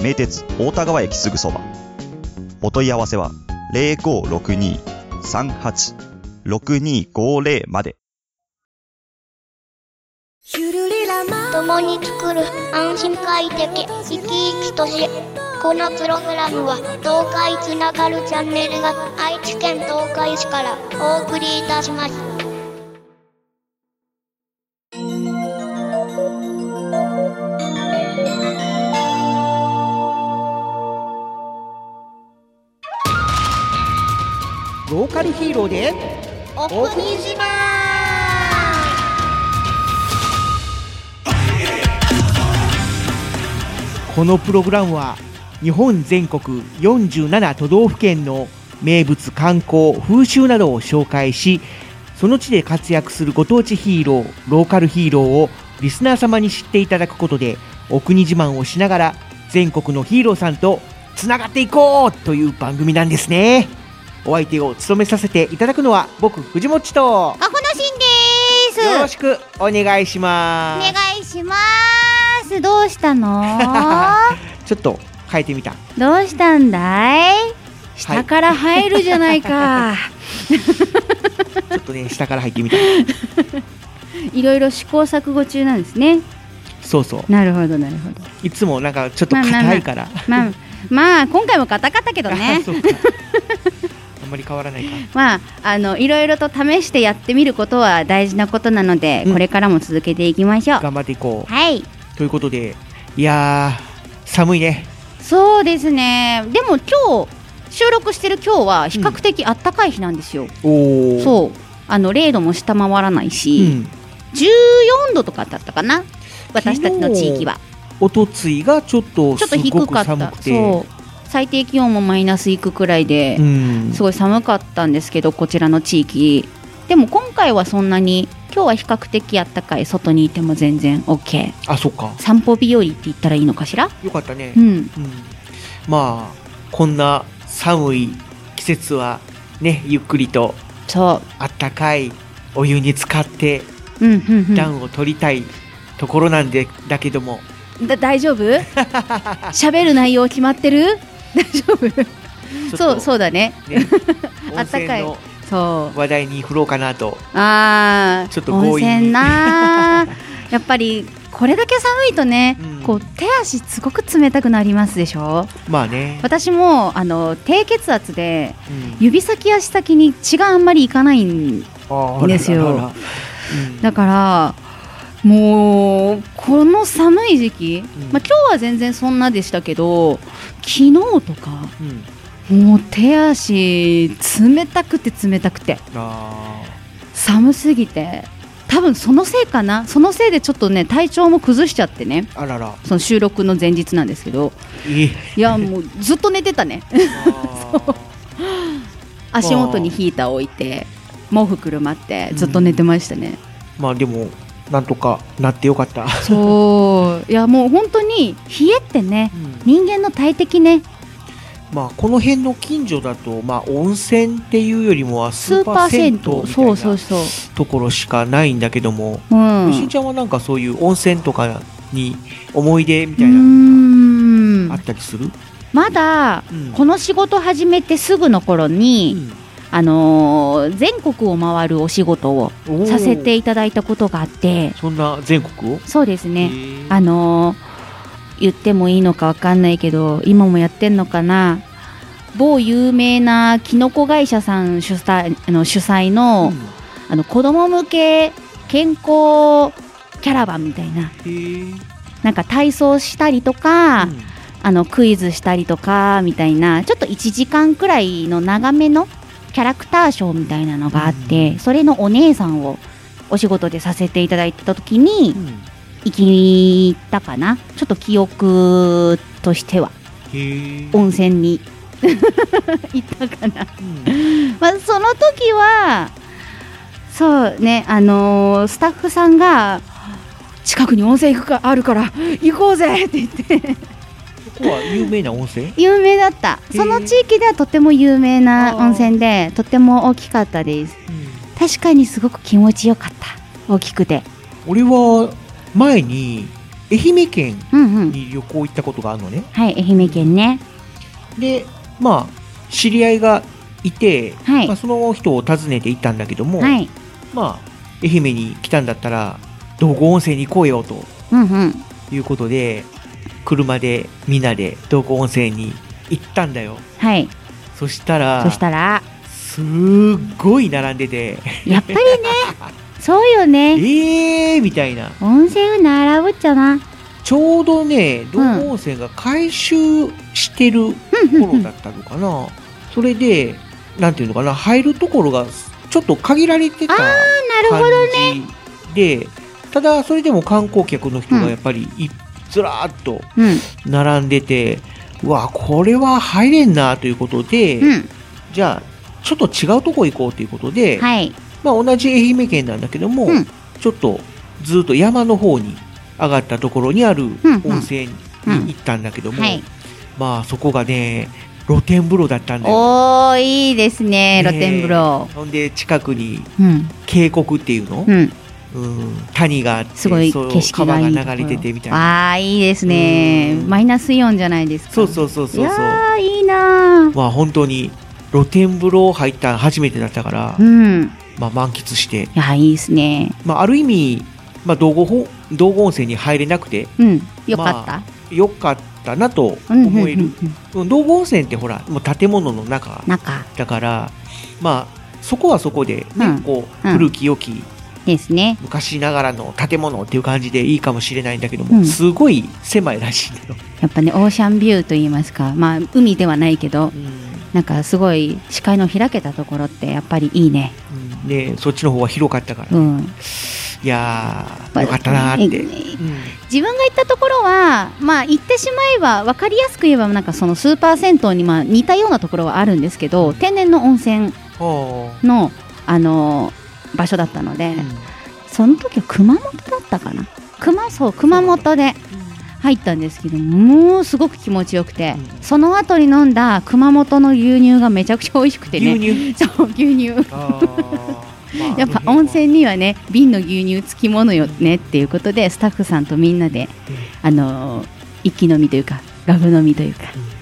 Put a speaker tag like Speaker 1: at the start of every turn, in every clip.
Speaker 1: 名鉄大田川駅すぐそばお問い合わせは0562-38-6250まで
Speaker 2: ゆるりらま
Speaker 3: 共に作る安心快適生き生きとしこのプログラムは東海つながるチャンネルが愛知県東海市からお送りいたします
Speaker 4: ローカルヒーローで
Speaker 3: お
Speaker 4: 国自慢このプログラムは日本全国47都道府県の名物観光風習などを紹介しその地で活躍するご当地ヒーローローカルヒーローをリスナー様に知っていただくことでお国自慢をしながら全国のヒーローさんとつながっていこうという番組なんですねお相手を務めさせていただくのは僕藤本と
Speaker 2: かほのしんで
Speaker 4: よろ
Speaker 2: ーす
Speaker 4: しくお願いし
Speaker 2: お
Speaker 4: ま
Speaker 2: 願いしまーすどうした の
Speaker 4: すちょっと変えてみた
Speaker 2: どうしたんだい下から入るじゃないか、
Speaker 4: ちょっとね下から入ってみた
Speaker 2: い、ろいろ試行錯誤中なんですね
Speaker 4: そうそう
Speaker 2: なるほどなるほど
Speaker 4: いつもなんかちょっと
Speaker 2: まあまあまあ
Speaker 4: 硬いから
Speaker 2: まあまあ今回も硬かったけど
Speaker 4: あ
Speaker 2: ね
Speaker 4: そうかあんまり変わらないか
Speaker 2: まああのいろいろと試してやってみることは大事なことなので、
Speaker 4: うん
Speaker 2: これからも続けていきましょう
Speaker 4: 頑張っていこ
Speaker 2: はい、
Speaker 4: うということでいやー寒いね
Speaker 2: そうですね。でも今日収録してる今日は比較的暖かい日なんですよ。
Speaker 4: おおう、
Speaker 2: そう、あの0度も下回らないうし、
Speaker 4: ん、
Speaker 2: 14度とかだったかな。私たちの地域は
Speaker 4: おとついがちょっと
Speaker 2: ちょっと
Speaker 4: す
Speaker 2: 低
Speaker 4: ごく
Speaker 2: かっ
Speaker 4: 寒
Speaker 2: た。
Speaker 4: くて
Speaker 2: そう、最低気温もマイナスいくくらいで
Speaker 4: う、ん
Speaker 2: すごい寒かったんですけどこちらの地域。でも今回はそんなに今日は比較的暖かい外にいても全然 OK
Speaker 4: あそっか
Speaker 2: 散歩日和って言ったらいいのかしら
Speaker 4: よかったね
Speaker 2: うん
Speaker 4: うん、まあこんな寒い季節はねゆっくりと
Speaker 2: そ
Speaker 4: あったかいお湯に浸かって
Speaker 2: ううんうんうん
Speaker 4: 暖を取りたいところなんで、だけども
Speaker 2: だ大 丈夫喋る内容決まってる大丈夫そう
Speaker 4: う
Speaker 2: そうだね
Speaker 4: ね
Speaker 2: あ
Speaker 4: 温
Speaker 2: った
Speaker 4: 泉
Speaker 2: かい
Speaker 4: の
Speaker 2: そ
Speaker 4: 話題に振ろうかなと
Speaker 2: うあー
Speaker 4: ちょっと強
Speaker 2: 温
Speaker 4: 引に
Speaker 2: 泉なあ やっぱりこれだけ寒いとね、
Speaker 4: うん
Speaker 2: こう手足すごく冷たくなりますでしょ
Speaker 4: まあね、
Speaker 2: 私もあの低血圧で
Speaker 4: うん
Speaker 2: 指先足先に血があんまりいかないん
Speaker 4: あ
Speaker 2: んですよ
Speaker 4: あららあらうん
Speaker 2: だからもうこの寒い時期、
Speaker 4: うん
Speaker 2: まあ、今日は全然そんなでしたけど昨日とか
Speaker 4: うん
Speaker 2: もう手足冷たくて冷たくて
Speaker 4: あ
Speaker 2: 寒すぎて多分そのせいかなそのせいでちょっとね体調も崩しちゃってね
Speaker 4: ーあらら
Speaker 2: その収録の前日なんですけど
Speaker 4: いい
Speaker 2: いやもうずっと寝てた ね
Speaker 4: あー
Speaker 2: 足元にヒーター置いて毛布くるまってずっと寝てましたね、
Speaker 4: まあでもなんとかなってよかった、
Speaker 2: そういやもう本当に冷えってね人間の大敵ね
Speaker 4: まあこの辺の近所だとまあ温泉っていうよりもはス
Speaker 2: ス
Speaker 4: ー
Speaker 2: ー
Speaker 4: パ
Speaker 2: パ
Speaker 4: ー
Speaker 2: ー
Speaker 4: 銭
Speaker 2: 銭
Speaker 4: 湯
Speaker 2: 湯
Speaker 4: みたい
Speaker 2: そうそう
Speaker 4: な
Speaker 2: そう
Speaker 4: ところしかないんだけども、
Speaker 2: うん
Speaker 4: しんちゃんはなんかそういう温泉とかに思い出み
Speaker 2: う
Speaker 4: たいな
Speaker 2: ーん
Speaker 4: あったりする、
Speaker 2: まだ
Speaker 4: うん
Speaker 2: この仕事始めてすぐの頃に、あのー全国を回るお仕事を
Speaker 4: うんおー
Speaker 2: させていただいたことがあって
Speaker 4: そんな全国を
Speaker 2: そうです
Speaker 4: へ
Speaker 2: ね、
Speaker 4: ー
Speaker 2: あのー言ってもいいのかわかんないけど今もやってんのかな某有名なキノコ会社さん主催あの主催の,、
Speaker 4: うん
Speaker 2: あの子供向け健康キャラバンみたいな
Speaker 4: へー
Speaker 2: なんか体操したりとか、
Speaker 4: うん
Speaker 2: あのクイズしたりとかみたいなちょっと1時間くらいの長めのキャラクターショーみたいなのがあって、
Speaker 4: うん
Speaker 2: それのお姉さんをお仕事でさせていただいた時に
Speaker 4: うん
Speaker 2: 行きったかなちょっと記憶としては
Speaker 4: へえ、
Speaker 2: 温泉に行ったかな、
Speaker 4: うん
Speaker 2: まあ、その時はそうねあのースタッフさんが近くに温泉行くかあるから行こうぜって言って
Speaker 4: ここは有名な温泉
Speaker 2: 有名だった
Speaker 4: ー
Speaker 2: その地域ではとても有名な温泉でとても大きかったです確かにすごく気持ちよかった大きくて
Speaker 4: 俺は前に愛媛県
Speaker 2: うんうん
Speaker 4: に旅行行ったことがあるのね
Speaker 2: はい愛媛県ね
Speaker 4: でまあ知り合いがいて、
Speaker 2: はい
Speaker 4: まあ、その人を訪ねて行ったんだけども、
Speaker 2: はい
Speaker 4: まあ愛媛に来たんだったら道後温泉に行こうよと
Speaker 2: うんうん
Speaker 4: いうことで車でみんなで道後温泉に行ったんだよ
Speaker 2: はい
Speaker 4: そしたら
Speaker 2: そしたら
Speaker 4: すっごい並んでて
Speaker 2: やっ ぱりねそうよね
Speaker 4: えーみたいな
Speaker 2: 温泉並ぶっちゃな
Speaker 4: ちょうどね道後温泉が改修してる
Speaker 2: うんうんう
Speaker 4: 頃だ
Speaker 2: ん
Speaker 4: ったのかな、それでなんていうのかな入るところがちょっと限られてた
Speaker 2: あー
Speaker 4: 感
Speaker 2: なるほど
Speaker 4: じで、ただそれでも観光客の人がやっぱりいずらーっと
Speaker 2: うん
Speaker 4: 並んでてうわこれは入れんなということで、
Speaker 2: うん
Speaker 4: じゃあちょっと違うとこ行こうということで、
Speaker 2: はい
Speaker 4: まあ、同じ愛媛県なんだけども、
Speaker 2: うん
Speaker 4: ちょっとずっと山の方に上がったところにある
Speaker 2: うんうん
Speaker 4: 温泉に行ったんだけども、
Speaker 2: はい
Speaker 4: まあそこがね露天風呂だったんだよ。
Speaker 2: おーいいですね露天風
Speaker 4: ね
Speaker 2: 呂
Speaker 4: えほんで近くに
Speaker 2: うん
Speaker 4: 渓谷っていうの
Speaker 2: う、ん
Speaker 4: うん谷があって
Speaker 2: すごい
Speaker 4: そう
Speaker 2: 景色がいい
Speaker 4: 川が流れててみたいな
Speaker 2: なあーいいですね
Speaker 4: うん
Speaker 2: マイナスイオンじゃないですか
Speaker 4: そうそうそうそうそう
Speaker 2: やーいいなー
Speaker 4: まあ本当に露天風呂入った初めてだったから、
Speaker 2: うんい
Speaker 4: まあ、満喫して、
Speaker 2: やいいですね
Speaker 4: まあ、ある意味、まあ、道後ほ道後温泉に入れなくて
Speaker 2: うんよかった、
Speaker 4: よかったなと
Speaker 2: うんうんうん
Speaker 4: 思える、
Speaker 2: うん
Speaker 4: うん道後温泉ってほらもう建物の中
Speaker 2: 中
Speaker 4: だからまあそこはそこで、ね
Speaker 2: うん
Speaker 4: こう
Speaker 2: うん
Speaker 4: 古き良き
Speaker 2: ですね
Speaker 4: 昔ながらの建物っていう感じでいいかもしれないんだけども、
Speaker 2: うん
Speaker 4: すごい狭いらしいんだよ、
Speaker 2: やっぱねオーシャンビューと言いますかまあ海ではないけど
Speaker 4: うん
Speaker 2: なんかすごい視界の開けたところってやっぱりいいね
Speaker 4: ね、そっちの方は広かったから、
Speaker 2: うん
Speaker 4: いやーよかったなーって、
Speaker 2: うん
Speaker 4: うん
Speaker 2: 自分が行ったところは、まあ、行ってしまえば分かりやすく言えばなんかそのスーパー銭湯にまあ似たようなところはあるんですけど天然の温泉
Speaker 4: はあ
Speaker 2: の、あのー場所だったので、その時は熊本だったかな熊そう熊本で入ったんですけどもうすごく気持ちよくて、
Speaker 4: うん
Speaker 2: その後に飲んだ熊本の牛乳がめちゃくちゃ美味しくてね
Speaker 4: 牛乳
Speaker 2: そう牛乳
Speaker 4: あー まあ
Speaker 2: やっぱ温泉にはね瓶の牛乳付きものよねっていうことでスタッフさんとみんなで、あのー一気飲みというかラブ飲みというか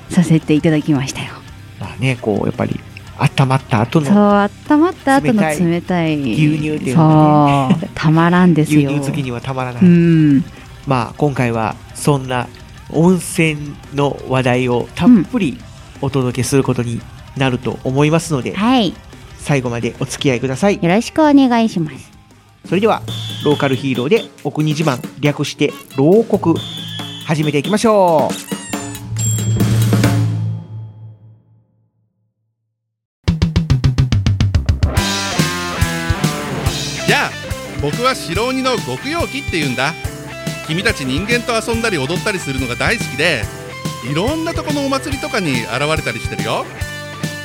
Speaker 2: させていただきましたよ
Speaker 4: まあねこうやっぱり温まった後
Speaker 2: そう
Speaker 4: の
Speaker 2: 温まった後の冷たい
Speaker 4: 牛乳っていうの
Speaker 2: そうたまらんです
Speaker 4: 牛
Speaker 2: よ
Speaker 4: 乳好きにはたまらない、
Speaker 2: うん
Speaker 4: まあ今回はそんな温泉の話題をたっぷりお届けすることになると思いますので、
Speaker 2: はいよ
Speaker 4: 最後までお付き合いください
Speaker 2: ろしくお願いします
Speaker 4: それではローカルヒーローでお国自慢略して牢国始めていきましょう
Speaker 5: やあ僕は白鬼の極陽気って言うんだ君たち人間と遊んだり踊ったりするのが大好きでいろんなとこのお祭りとかに現れたりしてるよ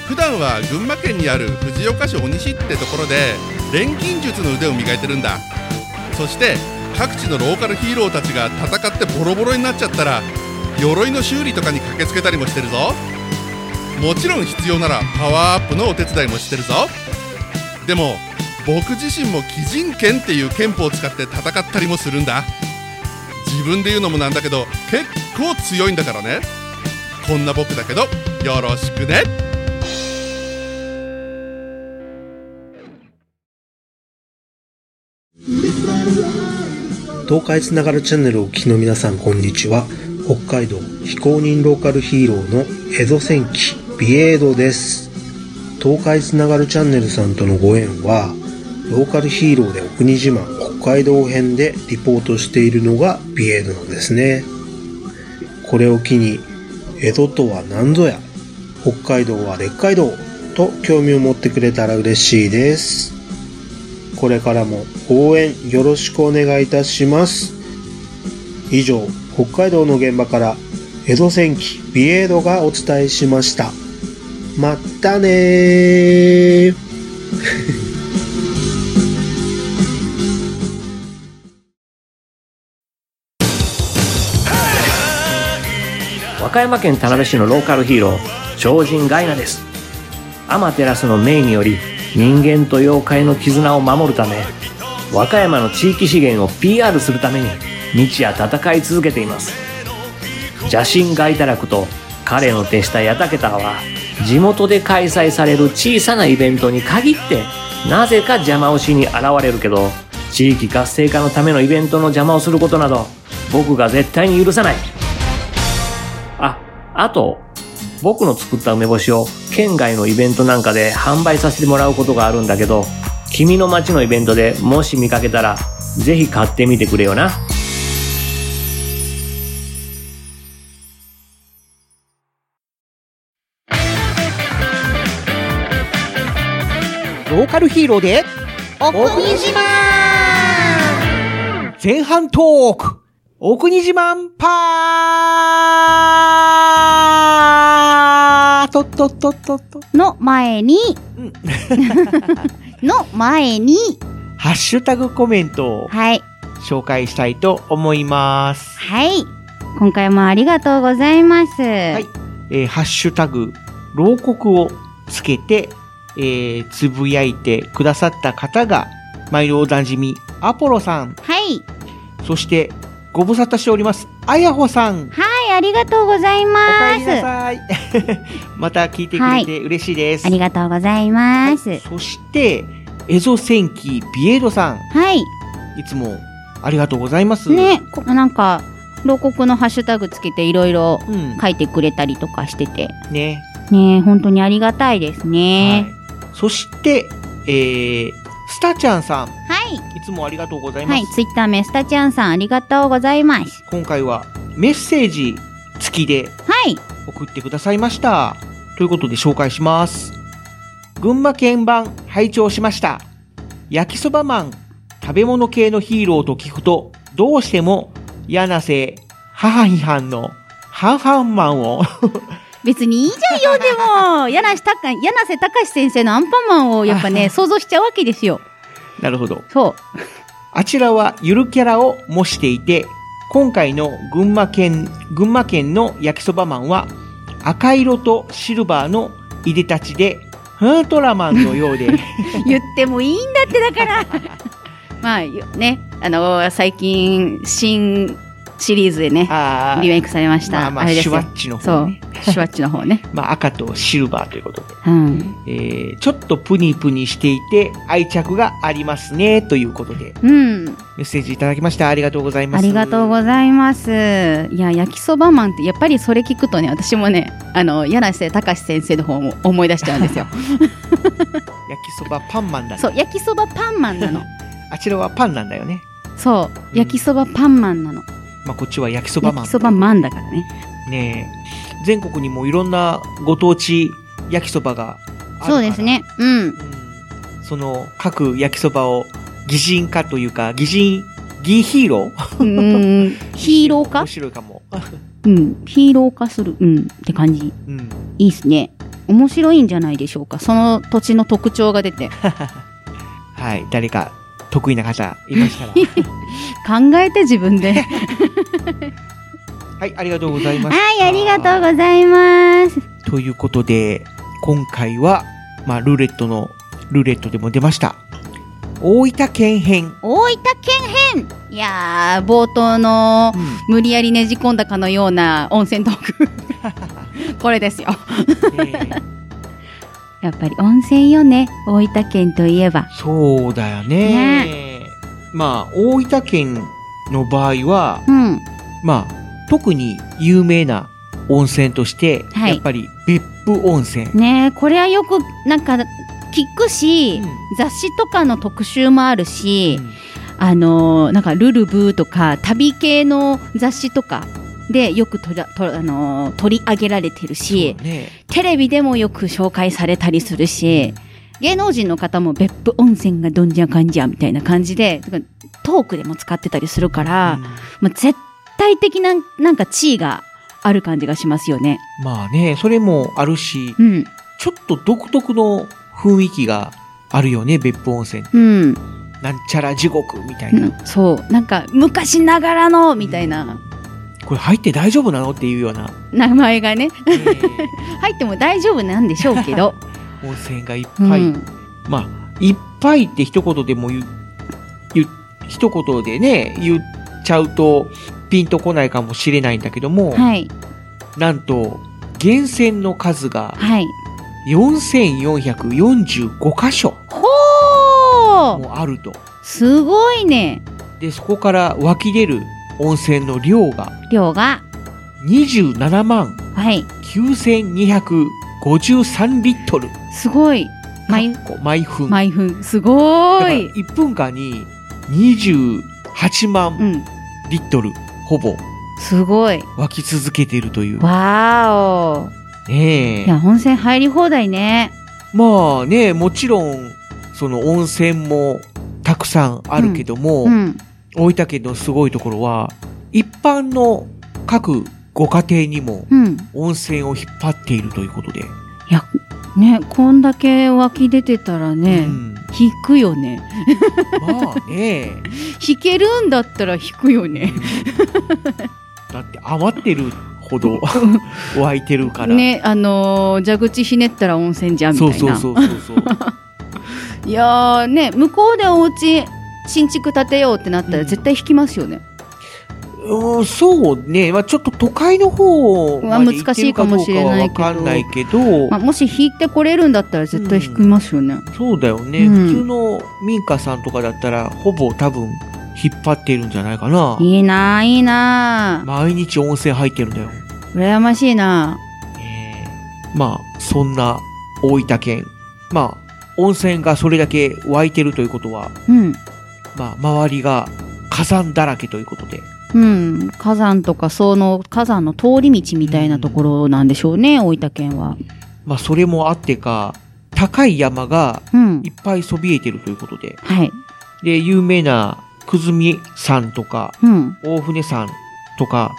Speaker 5: 普段は群馬県にある藤岡市鬼西ってところで錬金術の腕を磨いてるんだそして各地のローカルヒーローたちが戦ってボロボロになっちゃったら鎧の修理とかに駆けつけたりもしてるぞもちろん必要ならパワーアップのお手伝いもしてるぞでも僕自身も鬼人剣っていう剣法を使って戦ったりもするんだ自分で言うのもなんだけど結構強いんだからねこんな僕だけどよろしくね
Speaker 6: 東海つながるチャンネルをお聞きの皆さんこんにちは北海道非公認ローカルヒーローの江戸戦記ビエードです東海つながるチャンネルさんとのご縁はローカルヒーローでお国自慢北海道編でリポートしているのがビエードなんですねこれを機に江戸とは何ぞや北海道は列海道と興味を持ってくれたら嬉しいですこれからも応援よろしくお願いいたします。以上、北海道の現場から江戸戦記ビエードがお伝えしました。まったねー。
Speaker 7: 和歌山県田辺市のローカルヒーロー超人ガイナですアマテラスの命により人間と妖怪の絆を守るため和歌山の地域資源を PR するために日夜戦い続けています邪神ガイタラクと彼の手下ヤタケタは地元で開催される小さなイベントに限ってなぜか邪魔をしに現れるけど地域活性化のためのイベントの邪魔をすることなど僕が絶対に許さないあ、あと、僕の作った梅干しを県外のイベントなんかで販売させてもらうことがあるんだけど、君の街のイベントでもし見かけたら、ぜひ買ってみてくれよな。
Speaker 4: ローカルヒーローで
Speaker 3: 奥にしま
Speaker 4: 前半トーク奥に自慢パーとっとっとっとっと。
Speaker 2: の前に
Speaker 4: うん、
Speaker 2: の前に、
Speaker 4: ハッシュタグコメントを
Speaker 2: はい、
Speaker 4: 紹介したいと思います。
Speaker 2: はい。今回もありがとうございます。はい
Speaker 4: えーハッシュタグ、牢獄をつけて、えーつぶやいてくださった方が、毎度おなじみ、アポロさん、
Speaker 2: はい、
Speaker 4: そして、ご無沙汰しております、あやほさん。
Speaker 2: ありがとうござい
Speaker 4: おか
Speaker 2: ま
Speaker 4: えり
Speaker 2: す。
Speaker 4: なさい。 また聞いてくれて嬉しいです。
Speaker 2: ありがとうございます。
Speaker 4: そして、エゾ戦記ビエードさん、
Speaker 2: はい。
Speaker 4: いつもありがとうございます。
Speaker 2: ね、こなんか、牢獄のハッシュタグつけていろいろ
Speaker 4: うん。
Speaker 2: 書いてくれたりとかしてて、
Speaker 4: ね。
Speaker 2: ね、本当にありがたいです
Speaker 4: はい
Speaker 2: ね。。
Speaker 4: そして、えー、スタちゃんさん、
Speaker 2: はい。
Speaker 4: いつもありがとうございま
Speaker 2: は
Speaker 4: す。
Speaker 2: い、ツイッター名スタちゃんさんありがとうございます。
Speaker 4: 今回はメッセージ付きで
Speaker 2: はい、
Speaker 4: 送ってくださいました。ということで紹介します。群馬県版拝聴しました。焼きそばマン、食べ物系のヒーローと聞くと、どうしても、柳瀬、母批判の、ハンハンマンを、
Speaker 2: 別にいいじゃんよ、でも柳瀬たか柳瀬隆史先生のアンパンマンをやっぱね、 想像しちゃうわけですよ。
Speaker 4: なるほど。
Speaker 2: そ
Speaker 4: あちらはゆるキャラを模していて、今回の群馬県、群馬県の焼きそばマンは、赤色とシルバーのいでたちで、ハートラマンのよう で、
Speaker 2: う、言ってもいいんだってだから。 まあ、よね、あの、最近、新シリーズでね、
Speaker 4: あー
Speaker 2: リメイクされました。
Speaker 4: まあまあ、
Speaker 2: れで
Speaker 4: シ
Speaker 2: す
Speaker 4: ュ
Speaker 2: よ
Speaker 4: ワッチの
Speaker 2: そ
Speaker 4: 方
Speaker 2: う
Speaker 4: ね。、
Speaker 2: シュワッチの方ね。
Speaker 4: まあ、赤とシルバーということで、
Speaker 2: うん。
Speaker 4: えーちょっとプニプニしていて愛着がありますね、ということで、
Speaker 2: うん。
Speaker 4: メッセージいただきました。ありがとうございま
Speaker 2: あ
Speaker 4: す。
Speaker 2: りがとうございます。いや、焼きそばマンって、やっぱりそれ聞くとね、私もね、あの、柳瀬隆史先生の方も思い出しちゃうん ですよ。
Speaker 4: 焼きそばパンマンだね。
Speaker 2: そう、焼きそばパンマンなの。
Speaker 4: あちらはパンなんだよね。
Speaker 2: そう
Speaker 4: う、ん
Speaker 2: 焼きそばパンマンなの。
Speaker 4: まあ、こっちは焼きそばマ
Speaker 2: 焼
Speaker 4: ン
Speaker 2: き。そばマンだからね。
Speaker 4: ねえ全国にもいろんなご当地焼きそばがあるから
Speaker 2: そうです。ね。うん。
Speaker 4: うんその各焼きそばを擬人化というか、擬人、擬ヒーロー
Speaker 2: うーん、 ヒーロー化
Speaker 4: 面白いかも。
Speaker 2: うん、ヒーロー化する。うん、って感じ。
Speaker 4: うん。
Speaker 2: いいっすね。面白いんじゃないでしょうか。その土地の特徴が出て。
Speaker 4: はい。誰か得意な方いま したら。
Speaker 2: 考えて自分で。 は
Speaker 4: はい、ありがとうございました。
Speaker 2: い、ありがとうございます。
Speaker 4: ということで、今回は、まあ、ルーレットの、ルーレットでも出ました。大分県編。
Speaker 2: 大分県編いやー、冒頭の無理やりねじ込んだかのような温泉トーク。 これですよ。
Speaker 4: ねえ
Speaker 2: やっぱり温泉よね。大分県といえば。
Speaker 4: そうだよね。まあ、大分県の場合は、
Speaker 2: うん。
Speaker 4: まあ、特に有名な温泉として、
Speaker 2: はい
Speaker 4: やっぱり別府温泉。
Speaker 2: ねえこれはよくなんか聞くし、
Speaker 4: う
Speaker 2: 雑誌とかの特集もあるし、
Speaker 4: うん
Speaker 2: あのーなんか「ルルブ」とか旅系の雑誌とかでよくとらと、あのー取り上げられてるし
Speaker 4: そうね
Speaker 2: テレビでもよく紹介されたりするし芸能人の方も別府温泉がどんじゃかんじゃみたいな感じでとかトークでも使ってたりするから、
Speaker 4: うん
Speaker 2: もう絶対的ななんか地位がある感じがしますよね。
Speaker 4: まあね、それもあるし、
Speaker 2: うん。
Speaker 4: ちょっと独特の雰囲気があるよね、別府温泉。
Speaker 2: うん。
Speaker 4: なんちゃら地獄みたいうな。
Speaker 2: ん、そう。なんか、昔ながらの、みたいな、
Speaker 4: これ入って大丈夫なのっていうよう な、
Speaker 2: 名前がね、
Speaker 4: えー
Speaker 2: 入っても大丈夫なんでしょう けど。
Speaker 4: 温泉がいっぱ
Speaker 2: う
Speaker 4: い。
Speaker 2: ん。
Speaker 4: まあ、いっぱいって一言でも言う、言う一言でね、言っちゃうと、ピンとこないかもしれないんだけども、
Speaker 2: はい。
Speaker 4: なんと、源泉の数が
Speaker 2: はい。
Speaker 4: 4445箇所
Speaker 2: ほー
Speaker 4: もあると。
Speaker 2: すごいね。
Speaker 4: で、そこから湧き出る温泉の量が
Speaker 2: 量が。
Speaker 4: 27万
Speaker 2: はい。
Speaker 4: 9253リットル。
Speaker 2: すごい。毎、
Speaker 4: こう毎分。
Speaker 2: 毎分。すご
Speaker 4: だから
Speaker 2: い。
Speaker 4: 1分間に28
Speaker 2: う
Speaker 4: 万
Speaker 2: ん。
Speaker 4: リットル、ほぼ
Speaker 2: すごい。
Speaker 4: 湧き続けてるという。
Speaker 2: わーお。
Speaker 4: ねえ
Speaker 2: いや、温泉入り放題ね。
Speaker 4: まあね、もちろん、その温泉もたくさんあるけども、
Speaker 2: うん。
Speaker 4: 大分県のすごいところは、一般の各ご家庭にも
Speaker 2: うん。
Speaker 4: 温泉を引っ張っているということで。
Speaker 2: ね、こんだけ湧き出てたら
Speaker 4: う
Speaker 2: ね、
Speaker 4: ん
Speaker 2: 引くよね。
Speaker 4: まあね、
Speaker 2: 引けるんだったら引くよね。
Speaker 4: だって余ってるほ ど湧いてるから。
Speaker 2: ね、あのー蛇口ひねったら温泉じゃんみたい
Speaker 4: そ
Speaker 2: な。
Speaker 4: うそうそうそうそう。
Speaker 2: いやーね、向こうでお家新築建てようってなったら絶対引きますよね。
Speaker 4: うん、そうね。まあちょっと都会の方まで行ってるかどうかはわかんないけど
Speaker 2: ま、あ、もし引いてこれるんだったら絶対引きますよね。
Speaker 4: そうだよね、
Speaker 2: うん
Speaker 4: 普通の民家さんとかだったら、ほぼ多分引っ張ってるんじゃないかな。
Speaker 2: いいなあいいなあ、
Speaker 4: 毎日温泉入ってるんだよ。
Speaker 2: 羨ましいな
Speaker 4: ねえまあ、そんな大分県。まあ、温泉がそれだけ湧いてるということは
Speaker 2: あ、うん。
Speaker 4: まあ、周りが火山だらけということで。
Speaker 2: うん、火山とかその火山の通り道みたいなところなんでしょうね、大分県は。
Speaker 4: まあ、それもあってか、高い山が
Speaker 2: うん
Speaker 4: い。っぱいそびえてるということで。
Speaker 2: はい。
Speaker 4: で、有名な久住山とか、
Speaker 2: うん。
Speaker 4: 大船山とか、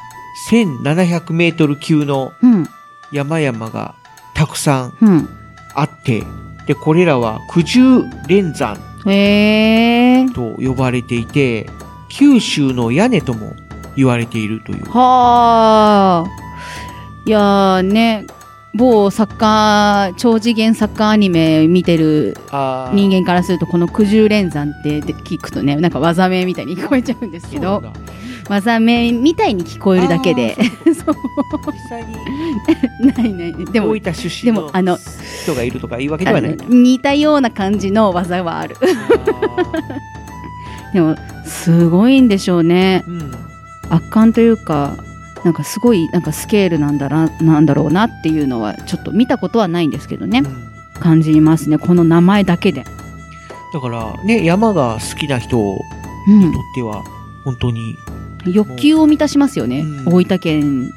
Speaker 4: 1700メートル級の
Speaker 2: うん。
Speaker 4: 山々がたくさん
Speaker 2: うん。
Speaker 4: あって、で、これらは九十連山
Speaker 2: へえ。
Speaker 4: と呼ばれていて、九州の屋根とも言われているという。
Speaker 2: はあ。いやーね、某サッカー、超次元サッカーアニメ見てる
Speaker 4: あー
Speaker 2: 人間からすると、この九十連山ってで聞くとね、なんか技名みたいに聞こえちゃうんですけ
Speaker 4: そう
Speaker 2: ど、
Speaker 4: なんだ
Speaker 2: 技名みたいに聞こえるだけで、そう。
Speaker 4: 実際に
Speaker 2: ないない。
Speaker 4: 大
Speaker 2: でも、
Speaker 4: 分出身
Speaker 2: でも
Speaker 4: の
Speaker 2: あの
Speaker 4: 人がいるとかいうわけで
Speaker 2: あ
Speaker 4: は
Speaker 2: の
Speaker 4: ない。
Speaker 2: 似たような感じの技はある。 でも、すごいんでしょうね。
Speaker 4: うん
Speaker 2: 圧巻というかなんかすごいなんかスケールなんだななんだろうなっていうのはちょっと見たことはないんですけどね
Speaker 4: うん
Speaker 2: 感じますねこの名前だけで、
Speaker 4: だからね、山が好きな人にと
Speaker 2: う
Speaker 4: っては、本当に
Speaker 2: ん、欲求を満たしますよね、
Speaker 4: うん
Speaker 2: 大分県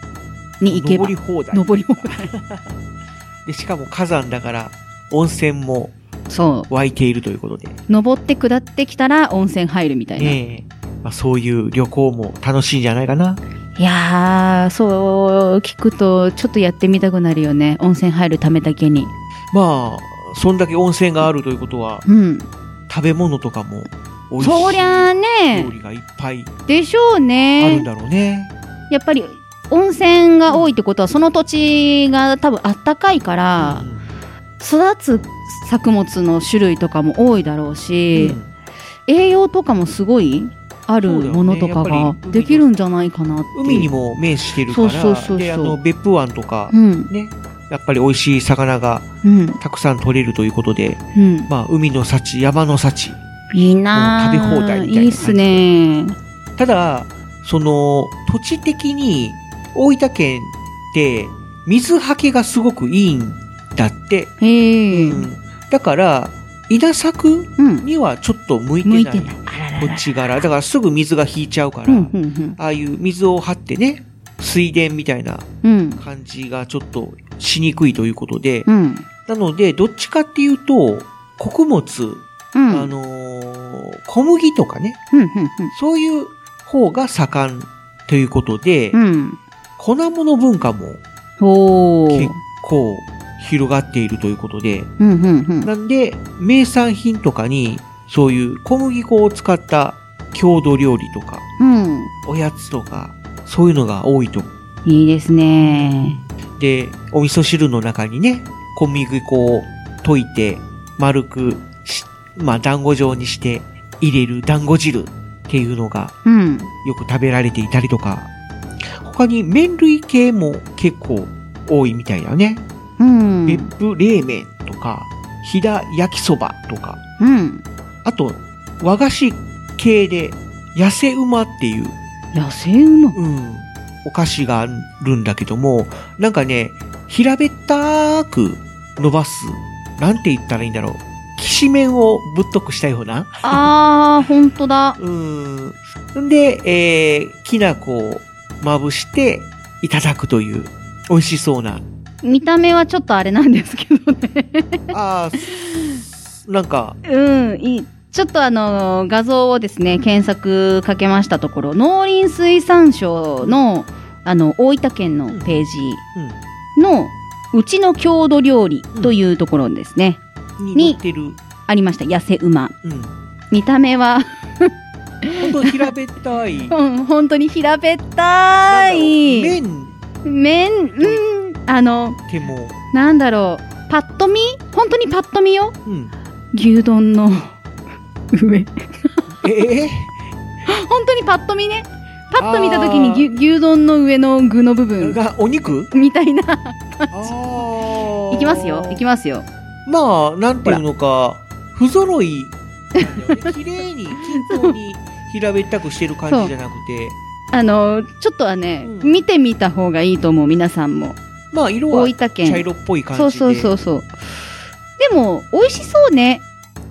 Speaker 2: に行け
Speaker 4: 登
Speaker 2: ば
Speaker 4: り放題。
Speaker 2: 登りも
Speaker 4: で、しかも火山だから、温泉も
Speaker 2: そ
Speaker 4: 湧いているということで。
Speaker 2: う登って下ってきたら温泉入るみたいな、
Speaker 4: ねえ。まあ、そういう旅行も楽しいんじゃないかな。
Speaker 2: いやーそう聞くとちょっとやってみたくなるよね温泉入るためだけに
Speaker 4: まあ、そんだけ温泉があるということは、
Speaker 2: うん
Speaker 4: 食べ物とかも美味しい
Speaker 2: そりゃあね
Speaker 4: 料理がいっぱい
Speaker 2: でしょう
Speaker 4: あ
Speaker 2: ね
Speaker 4: るんだろうね。
Speaker 2: やっぱり温泉が多いってことはその土地が多分あったかいから
Speaker 4: うん
Speaker 2: 育つ作物の種類とかも多いだろうし、
Speaker 4: うん
Speaker 2: 栄養とかもすごいある
Speaker 4: そうだよね
Speaker 2: ものとか
Speaker 4: や
Speaker 2: が
Speaker 4: っぱり
Speaker 2: できるんじゃないかなっていう
Speaker 4: 海にも面してるから、
Speaker 2: そうそうそうそう
Speaker 4: で、あの、別府湾とか
Speaker 2: う、ん
Speaker 4: ね、やっぱり美味しい魚が
Speaker 2: うん
Speaker 4: たくさん取れるということで、
Speaker 2: うん
Speaker 4: まあ、海の幸、山の幸。
Speaker 2: いいなー
Speaker 4: もう食べ放題みたいな感じで
Speaker 2: いいっすね
Speaker 4: ただ、その、土地的に、大分県って、水はけがすごくいいんだって。
Speaker 2: へえ
Speaker 4: うんだから、稲作
Speaker 2: うん
Speaker 4: にはちょっと向いてな
Speaker 2: 向
Speaker 4: い。
Speaker 2: いてないあらら
Speaker 4: こ
Speaker 2: ら
Speaker 4: っち柄。だからすぐ水が引いちゃうから、
Speaker 2: うんうん
Speaker 4: ああいう水を張ってね、水田みたいな
Speaker 2: うん
Speaker 4: 感じがちょっとしにくいということで、
Speaker 2: うん
Speaker 4: なので、どっちかっていうと、穀物、
Speaker 2: うん
Speaker 4: あのー小麦とかね、
Speaker 2: うんうん
Speaker 4: そういう方が盛んということで、
Speaker 2: うんうん
Speaker 4: 粉物文化も
Speaker 2: おー
Speaker 4: 結構広がっているということで、
Speaker 2: うんうんうん。
Speaker 4: なんで、名産品とかに、そういう小麦粉を使った郷土料理とか、
Speaker 2: うん。
Speaker 4: おやつとか、そういうのが多いと思う。
Speaker 2: いいですね。
Speaker 4: で、お味噌汁の中にね、小麦粉を溶いて、丸くし、まあ、団子状にして入れる団子汁っていうのが
Speaker 2: うん。
Speaker 4: よく食べられていたりとか、他に麺類系も結構多いみたいだね。
Speaker 2: うん。
Speaker 4: 別府冷麺とか、飛騨焼きそばとか、
Speaker 2: うん。
Speaker 4: あと、和菓子系で、痩せ馬っていう、
Speaker 2: 野生馬。
Speaker 4: うん、お菓子があるんだけども、なんかね、平べったーく伸ばす、なんて言ったらいいんだろう。きしめんをぶっとくしたような。
Speaker 2: あー、ほんとだ。
Speaker 4: うん。んで、えー、きな粉をまぶしていただくという、美味しそうな。
Speaker 2: 見た目はちょっとあれなんですけどね。
Speaker 4: あー、 すなんか、
Speaker 2: うん、いい。ちょっとあの、画像をですね、検索かけましたところ、農林水産省の、あの、大分県のページの、うちの郷土料理というところですね、
Speaker 4: に
Speaker 2: に
Speaker 4: 似てる。
Speaker 2: ありました。痩せ馬。
Speaker 4: うん。
Speaker 2: 見た目は、
Speaker 4: ほんと平べった い。
Speaker 2: うん、本当に平べったい。
Speaker 4: 麺
Speaker 2: 麺、うん、あの、
Speaker 4: でも、
Speaker 2: なんだろう、パッと見本当にパッと見よ
Speaker 4: うん。
Speaker 2: 牛丼の上。
Speaker 4: ええ
Speaker 2: 本当にパッと見ね。パッと見たときに牛牛丼の上の具の部分
Speaker 4: がお肉
Speaker 2: みた いな。
Speaker 4: ああ
Speaker 2: いきますよ、いき
Speaker 4: ま
Speaker 2: ますよ。
Speaker 4: す。まあ、なんていうのか、不揃いなんだよね、 綺麗に、均等に平べったくしてる感じじゃなくて、
Speaker 2: あの、ちょっとはね、
Speaker 4: うん
Speaker 2: 見てみた方がいいと思う、皆さんも。
Speaker 4: まあ、色は
Speaker 2: 大分県。
Speaker 4: 茶色っぽい感じ
Speaker 2: そ
Speaker 4: で。。
Speaker 2: うそうそううそう。でも、美味しそうね。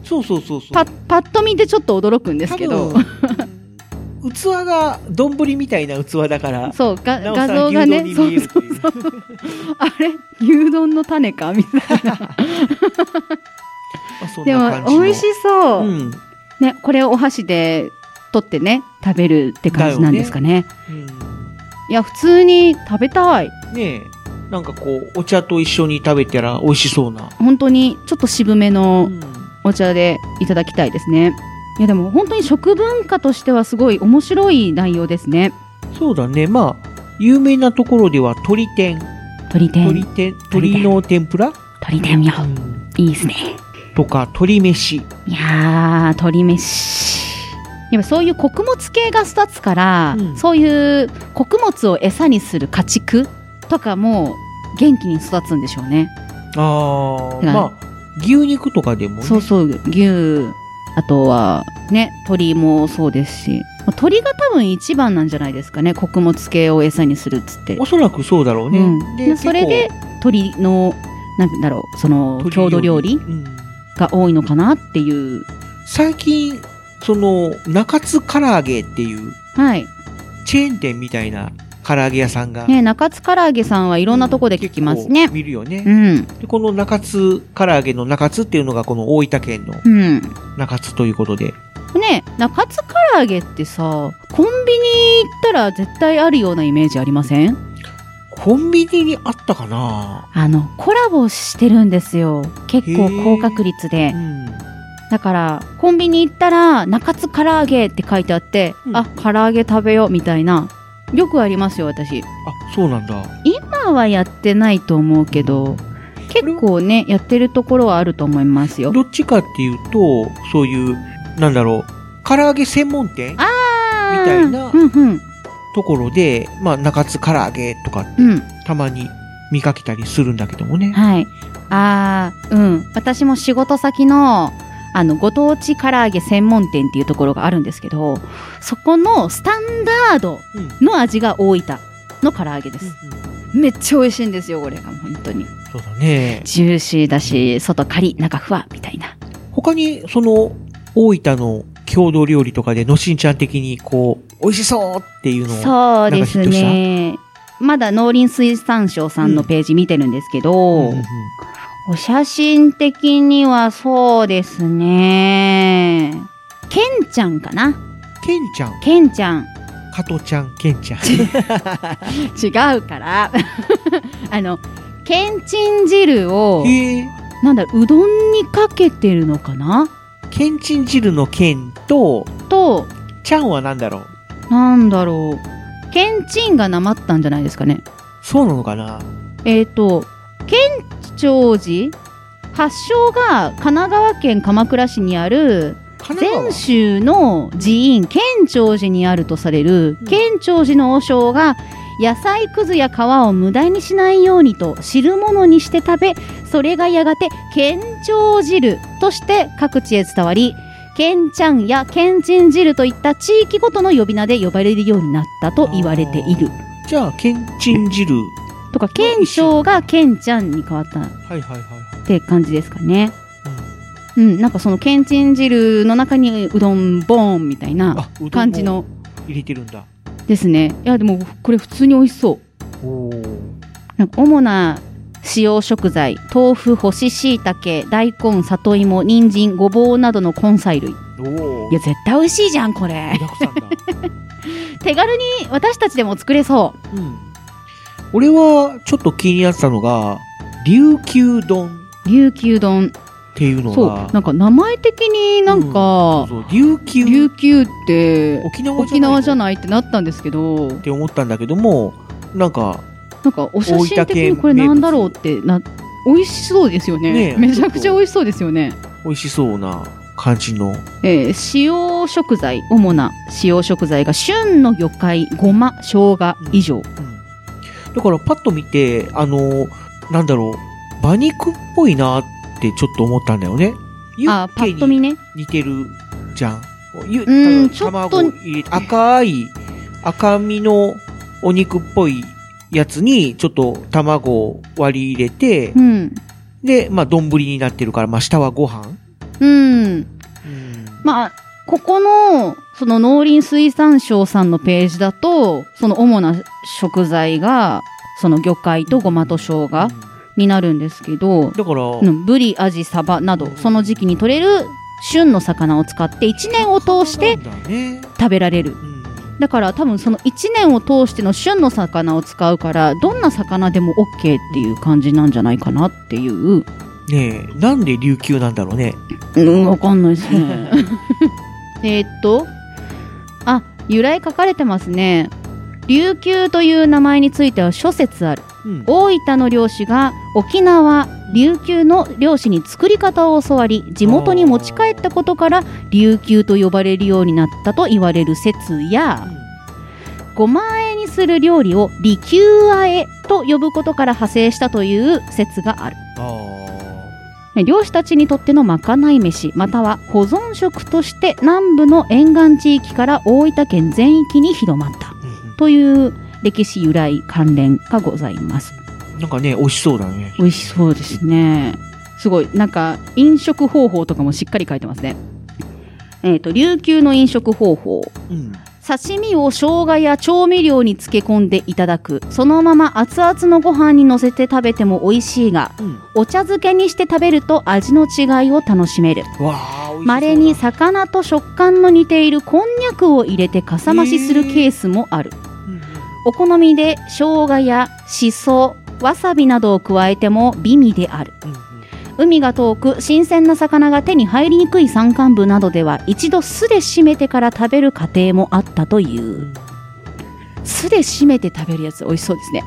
Speaker 4: そうそうそうそう。
Speaker 2: パッ、パッと見でちょっと驚くんですけど
Speaker 4: 多。分器が丼みたいな器だから、
Speaker 2: そう、が
Speaker 4: なお
Speaker 2: 画
Speaker 4: さら
Speaker 2: 像がね、
Speaker 4: 牛
Speaker 2: そ
Speaker 4: 丼に
Speaker 2: う
Speaker 4: 見える
Speaker 2: そ
Speaker 4: と
Speaker 2: う
Speaker 4: いう
Speaker 2: そう。あれ牛丼の種かみたいな。
Speaker 4: まあそん
Speaker 2: で
Speaker 4: な
Speaker 2: も
Speaker 4: 感、じの。
Speaker 2: 美味しそう。
Speaker 4: うん。
Speaker 2: ね、これをお箸で取ってね、食べるって感じなんですかね。
Speaker 4: うん
Speaker 2: いや、普通に食べたい。
Speaker 4: ねえ、なんかこう、お茶と一緒に食べたら美味しそうな。
Speaker 2: 本当に、ちょっと渋めの
Speaker 4: うん
Speaker 2: お茶でいただきたいですね。いやでも本当に食文化としてはすごい面白い内容ですね。
Speaker 4: そうだね。まあ、有名なところでは鳥天、
Speaker 2: 鳥
Speaker 4: 鳥
Speaker 2: 天、
Speaker 4: 天、鳥の天ぷら
Speaker 2: 鳥天よ。いいですね。
Speaker 4: とか、鳥飯。
Speaker 2: いやー、鶏飯。やっぱそういう穀物系が育つから、
Speaker 4: うん
Speaker 2: そういう穀物を餌にする家畜とかも元気に育つんでしょうね。
Speaker 4: あ
Speaker 2: い
Speaker 4: あ、まあ、牛肉とかでもね。
Speaker 2: そうそう、牛、あとはね、鳥もそうですし、鳥が多分一番なんじゃないですかね、穀物系を餌にするっつって
Speaker 4: お。そらくそうだろうね。
Speaker 2: うん、でそれで、鳥のなんだろうその
Speaker 4: 結構
Speaker 2: 郷土料理
Speaker 4: うん
Speaker 2: が多いのかなっていう
Speaker 4: 最近、その、中津唐揚げっていう、
Speaker 2: はい
Speaker 4: チェーン店みたいな唐揚げ屋さんが。
Speaker 2: ね中津唐揚げさんはいろんなとこで聞きますね
Speaker 4: 結構見るよ
Speaker 2: う
Speaker 4: ね。
Speaker 2: ん
Speaker 4: で、この中津唐揚げの中津っていうのが、この大分県の
Speaker 2: うん
Speaker 4: 中津ということで。
Speaker 2: ね中津唐揚げってさコンビニ行ったら絶対あるようなイメージありません
Speaker 4: コンビニにあったかな
Speaker 2: あのコラボしてるんですよ結構高確率で
Speaker 4: うん。
Speaker 2: だからコンビニ行ったら中津唐揚げって書いてあって、
Speaker 4: うん
Speaker 2: あ唐揚げ食べようみたいなよくありますよ私
Speaker 4: あ、そうなんだ。
Speaker 2: 今はやってないと思うけど結構ねやってるところはあると思いますよ
Speaker 4: どっちかっていうと、そういう、なんだろう、唐揚げ専門店
Speaker 2: あー
Speaker 4: みたいな
Speaker 2: うんうん
Speaker 4: ところで、まあ、中津唐揚げとか、
Speaker 2: うん
Speaker 4: たまに見かけたりするんだけどもね。
Speaker 2: はいあーうん私も仕事先のあのご当地唐揚げ専門店っていうところがあるんですけどそこのスタンダード
Speaker 4: うん
Speaker 2: の味が大分の唐揚げ
Speaker 4: う
Speaker 2: で
Speaker 4: ん
Speaker 2: す、めっちゃ美味しいんですよこれが本当に
Speaker 4: そうだね。
Speaker 2: ジューシーだし外カリ中ふわみたいな
Speaker 4: 他に、その、大分の郷土料理とかで、のしんちゃん的に、こう、美味しそうっていうのを、
Speaker 2: そうですね。まだ農林水産省さんのページ見てるんですけど、
Speaker 4: うんうんうん
Speaker 2: お写真的にはそうですね。ケンちゃんかな
Speaker 4: ケンちゃん。
Speaker 2: ケンちゃん。
Speaker 4: 加トちゃん、ケンちゃん。
Speaker 2: 違うから あのけんちん汁を
Speaker 4: へ え。
Speaker 2: なんだろううどんにかけてるのかな
Speaker 4: けんちん汁のけんと、
Speaker 2: と
Speaker 4: ちゃんは何だろう
Speaker 2: なんだろうけんちんがなまったんじゃないですかね
Speaker 4: そうなのかな
Speaker 2: えっ、と県庁寺発祥が神奈川県鎌倉市にある
Speaker 4: 神奈川
Speaker 2: 禅宗の寺院建長寺にあるとされる
Speaker 4: うん
Speaker 2: 建長寺の和尚が野菜くずや皮を無駄にしないようにと汁物にして食べそれがやがて建長汁として各地へ伝わりけんちゃんやけんちん汁といった地域ごとの呼び名で呼ばれるようになったと言われている
Speaker 4: じゃあ、けんちん汁。
Speaker 2: とか県庁がけんちゃんに変わったっ
Speaker 4: はいはいはい。
Speaker 2: て感じですかねうんなんかそのけんちん汁の中にうどんボーンみたいな
Speaker 4: うどんも
Speaker 2: 感じの
Speaker 4: 入れてるんだ。
Speaker 2: ですねいやでもこれ普通に美味しそう
Speaker 4: おお。
Speaker 2: なんか主な使用食材豆腐干し椎茸大根里芋人参ごぼうなどの根菜類い
Speaker 4: おお。
Speaker 2: や絶対美味しいじゃんこれ
Speaker 4: 具だくさんだ。
Speaker 2: 手軽に私たちでも作れそ
Speaker 4: うん。俺は、ちょっと気になってたのが、琉球丼っ
Speaker 2: う琉球丼
Speaker 4: ていうの
Speaker 2: そう
Speaker 4: が、
Speaker 2: なんか名前的になんか、
Speaker 4: そう琉球、
Speaker 2: 琉球って
Speaker 4: 沖縄
Speaker 2: 沖縄じゃ
Speaker 4: い
Speaker 2: ないってなったんですけど
Speaker 4: って思ったんだけども、なんか、
Speaker 2: なんかお写真的にこ
Speaker 4: 大
Speaker 2: れ
Speaker 4: 分県名物
Speaker 2: なんだろうってな美味しそうですよ
Speaker 4: ね
Speaker 2: ね
Speaker 4: え
Speaker 2: めちゃくちゃ美味しそうですよね
Speaker 4: 美味しそうな感じの。
Speaker 2: えー使用食材主な使用食材が旬の魚介ごま生姜以上、
Speaker 4: うんだからパッと見て、あの、なんだろう、馬肉っぽいなってちょっと思ったんだよね。ユ
Speaker 2: あ
Speaker 4: ッ
Speaker 2: パ
Speaker 4: ケ
Speaker 2: ッと見
Speaker 4: に
Speaker 2: ね
Speaker 4: 似てるじゃん。ユ
Speaker 2: うん
Speaker 4: た
Speaker 2: ちょっと
Speaker 4: 卵入れて赤い、赤身のお肉っぽいやつに、ちょっと卵を割り入れて
Speaker 2: う、ん
Speaker 4: で、まあ、丼になってるから、まあ、下はご飯。
Speaker 2: うん
Speaker 4: うん
Speaker 2: まあここのその農林水産省さんのページだとその主な食材がその魚介とごまと生
Speaker 4: うん
Speaker 2: 姜になるんですけど
Speaker 4: だから、
Speaker 2: うんブリアジサバなどその時期に取れる旬の魚を使って1年を通して
Speaker 4: そうなんだね
Speaker 2: 食べられる
Speaker 4: うん
Speaker 2: だから多分その1年を通しての旬の魚を使うからどんな魚でも OK っていう感じなんじゃないかなっていう
Speaker 4: ねえ、なんで琉球なんだろうね。
Speaker 2: うんわかんないですね えーっとあ由来書かれてますね琉球という名前については諸説ある
Speaker 4: うん
Speaker 2: 大分の漁師が沖縄琉球の漁師に作り方を教わり地元に持ち帰ったことから琉球と呼ばれるようになったと言われる説やごまあえにする料理を利休あえと呼ぶことから派生したという説がある
Speaker 4: ああ
Speaker 2: 漁師たちにとってのまかない飯または保存食として南部の沿岸地域から大分県全域に広まったという歴史由来関連がございます
Speaker 4: なんかね、美味しそうだね。
Speaker 2: 美味しそうですねすごいなんか飲食方法とかもしっかり書いてますねえっ、と琉球の飲食方法
Speaker 4: うん。
Speaker 2: 刺身を生姜や調味料に漬け込んでいただくそのまま熱々のご飯にのせて食べても美味しいが
Speaker 4: うん。
Speaker 2: お茶漬けにして食べると味の違いを楽しめる
Speaker 4: わあ、美味しそうだ。
Speaker 2: まれに魚と食感の似ているこんにゃくを入れてかさ増しするケースもある
Speaker 4: うん
Speaker 2: お好みで生姜やしそわさびなどを加えても美味である
Speaker 4: うん
Speaker 2: 海が遠く新鮮な魚が手に入りにくい山間部などでは一度酢で締めてから食べる家庭もあったとい
Speaker 4: うんう
Speaker 2: うん酢で締めて食べるやつ美味しそうですね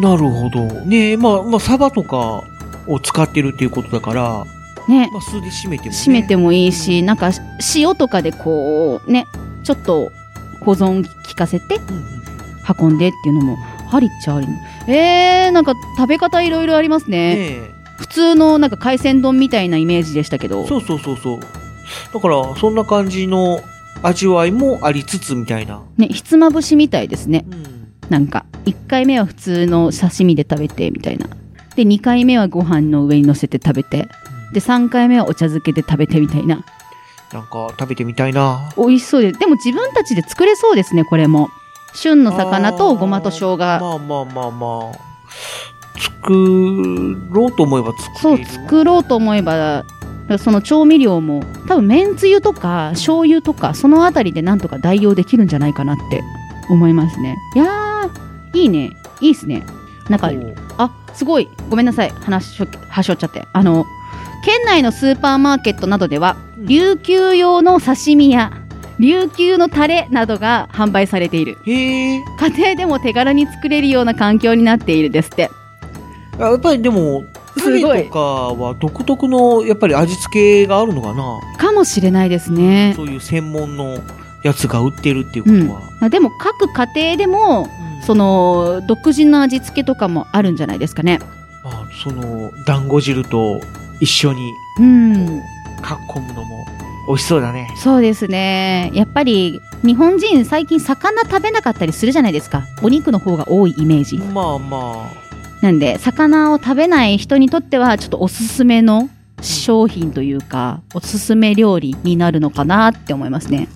Speaker 4: なるほど。ねえ、まあ、まあ、サバとかを使ってるっていうことだから、
Speaker 2: ね
Speaker 4: まあ、酢で締めてもね。
Speaker 2: 締めてもいいしなんか塩とかでこうねちょっと保存効かせて
Speaker 4: うんうん。
Speaker 2: 運んでっていうのもありっちゃありなえー、なんか食べ方いろいろあります
Speaker 4: ね
Speaker 2: ね
Speaker 4: え。
Speaker 2: 普通のなんか海鮮丼みたいなイメージでしたけど
Speaker 4: そうそうそうそう。だから、そんな感じの味わいもありつつみたいな。
Speaker 2: ねひつまぶしみたいですね
Speaker 4: うん。
Speaker 2: なんか1回目は普通の刺身で食べてみたいなで2回目はご飯の上に乗せて食べてで3回目はお茶漬けで食べてみたいな
Speaker 4: なんか、食べてみたいな。
Speaker 2: 美味しそうででも自分たちで作れそうですねこれも旬の魚とごまと生
Speaker 4: あー
Speaker 2: 姜
Speaker 4: まあまあまあまあ。作ろうと思えば作
Speaker 2: そ
Speaker 4: れ
Speaker 2: う
Speaker 4: る。
Speaker 2: 作ろうと思えばからその調味料も多分めんつゆとか醤油とかそのあたりでなんとか代用できるんじゃないかなって思いますねいやーいいねいいっすねなんかあすごいごめんなさい話しょはしょっちゃってあの県内のスーパーマーケットなどでは
Speaker 4: うん
Speaker 2: 琉球用の刺身や琉球のタレなどが販売されている
Speaker 4: へえ
Speaker 2: 家庭でも手軽に作れるような環境になっているですって
Speaker 4: やっぱりでもタ
Speaker 2: すご
Speaker 4: レ
Speaker 2: い
Speaker 4: とかは独特のやっぱり味付けがあるのかな
Speaker 2: かもしれないですね
Speaker 4: そういう専門のやつが売ってるっていうことは、
Speaker 2: まあでも各家庭でも
Speaker 4: うん
Speaker 2: その独自の味付けとかもあるんじゃないですかね
Speaker 4: まあ、その団子汁と一緒に
Speaker 2: うん
Speaker 4: かっこむのも美味しそうだね
Speaker 2: そうですねやっぱり日本人最近魚食べなかったりするじゃないですかお肉の方が多いイメージ
Speaker 4: まあまあ
Speaker 2: なんで魚を食べない人にとってはちょっとおすすめの商品というかおすすめ料理になるのかなって思いますね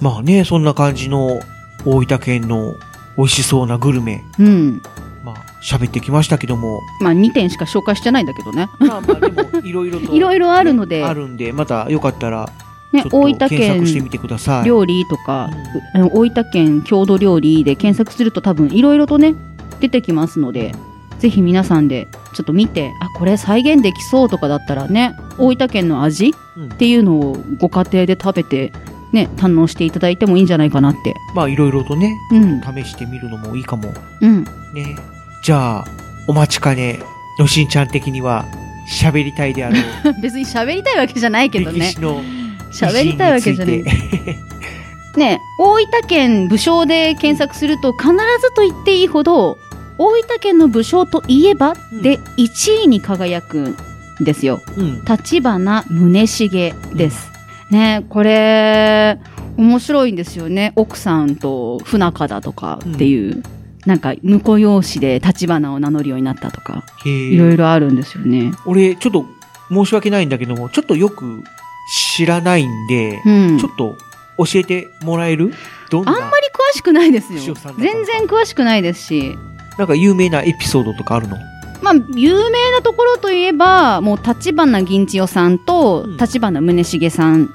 Speaker 4: まあねそんな感じの大分県の美味しそうなグルメ
Speaker 2: うん
Speaker 4: まあ喋ってきましたけども
Speaker 2: まあ2点しか紹介してないんだけどね
Speaker 4: まあまあでもいろいろ と
Speaker 2: いろいろあるので
Speaker 4: ねあるんでまたよかったらちょ
Speaker 2: ね
Speaker 4: っと
Speaker 2: 大分
Speaker 4: 検索して
Speaker 2: 県
Speaker 4: みてください
Speaker 2: 料理とかあの大分県郷土料理で検索すると多分いろいろとね出てきますのでぜひ皆さんでちょっと見てあこれ再現できそうとかだったらね大分県の味
Speaker 4: うん
Speaker 2: っていうのをご家庭で食べてね堪能していただいてもいいんじゃないかなって
Speaker 4: まあいろいろとね
Speaker 2: うん
Speaker 4: 試してみるのもいいかも
Speaker 2: うん
Speaker 4: ねじゃあお待ちかねのしんちゃん的には喋りたいであろう
Speaker 2: 別に喋りたいわけじゃない けど
Speaker 4: 歴
Speaker 2: ね
Speaker 4: 史の
Speaker 2: 喋りたいわけじゃない
Speaker 4: 偉人について
Speaker 2: ね大分県武将で検索すると必ずと言っていいほど大分県の武将といえばで1位に輝くんですよ
Speaker 4: うん
Speaker 2: 立花宗茂です、ねこれ面白いんですよね奥さんと不仲だとかっていう、なんか婿養子で立花を名乗るようになったとか
Speaker 4: へえ
Speaker 2: いろいろあるんですよね
Speaker 4: 俺ちょっと申し訳ないんだけどもちょっとよく知らないんで、
Speaker 2: うん
Speaker 4: ちょっと教えてもらえるどん
Speaker 2: あ
Speaker 4: なん
Speaker 2: まり詳しくないですよ
Speaker 4: 塩さんだから
Speaker 2: 全然詳しくないですし
Speaker 4: なんか有名なエピソードとかあるの
Speaker 2: まあ、有名なところといえばもう立花銀千代さんと
Speaker 4: うん
Speaker 2: 立花宗茂さん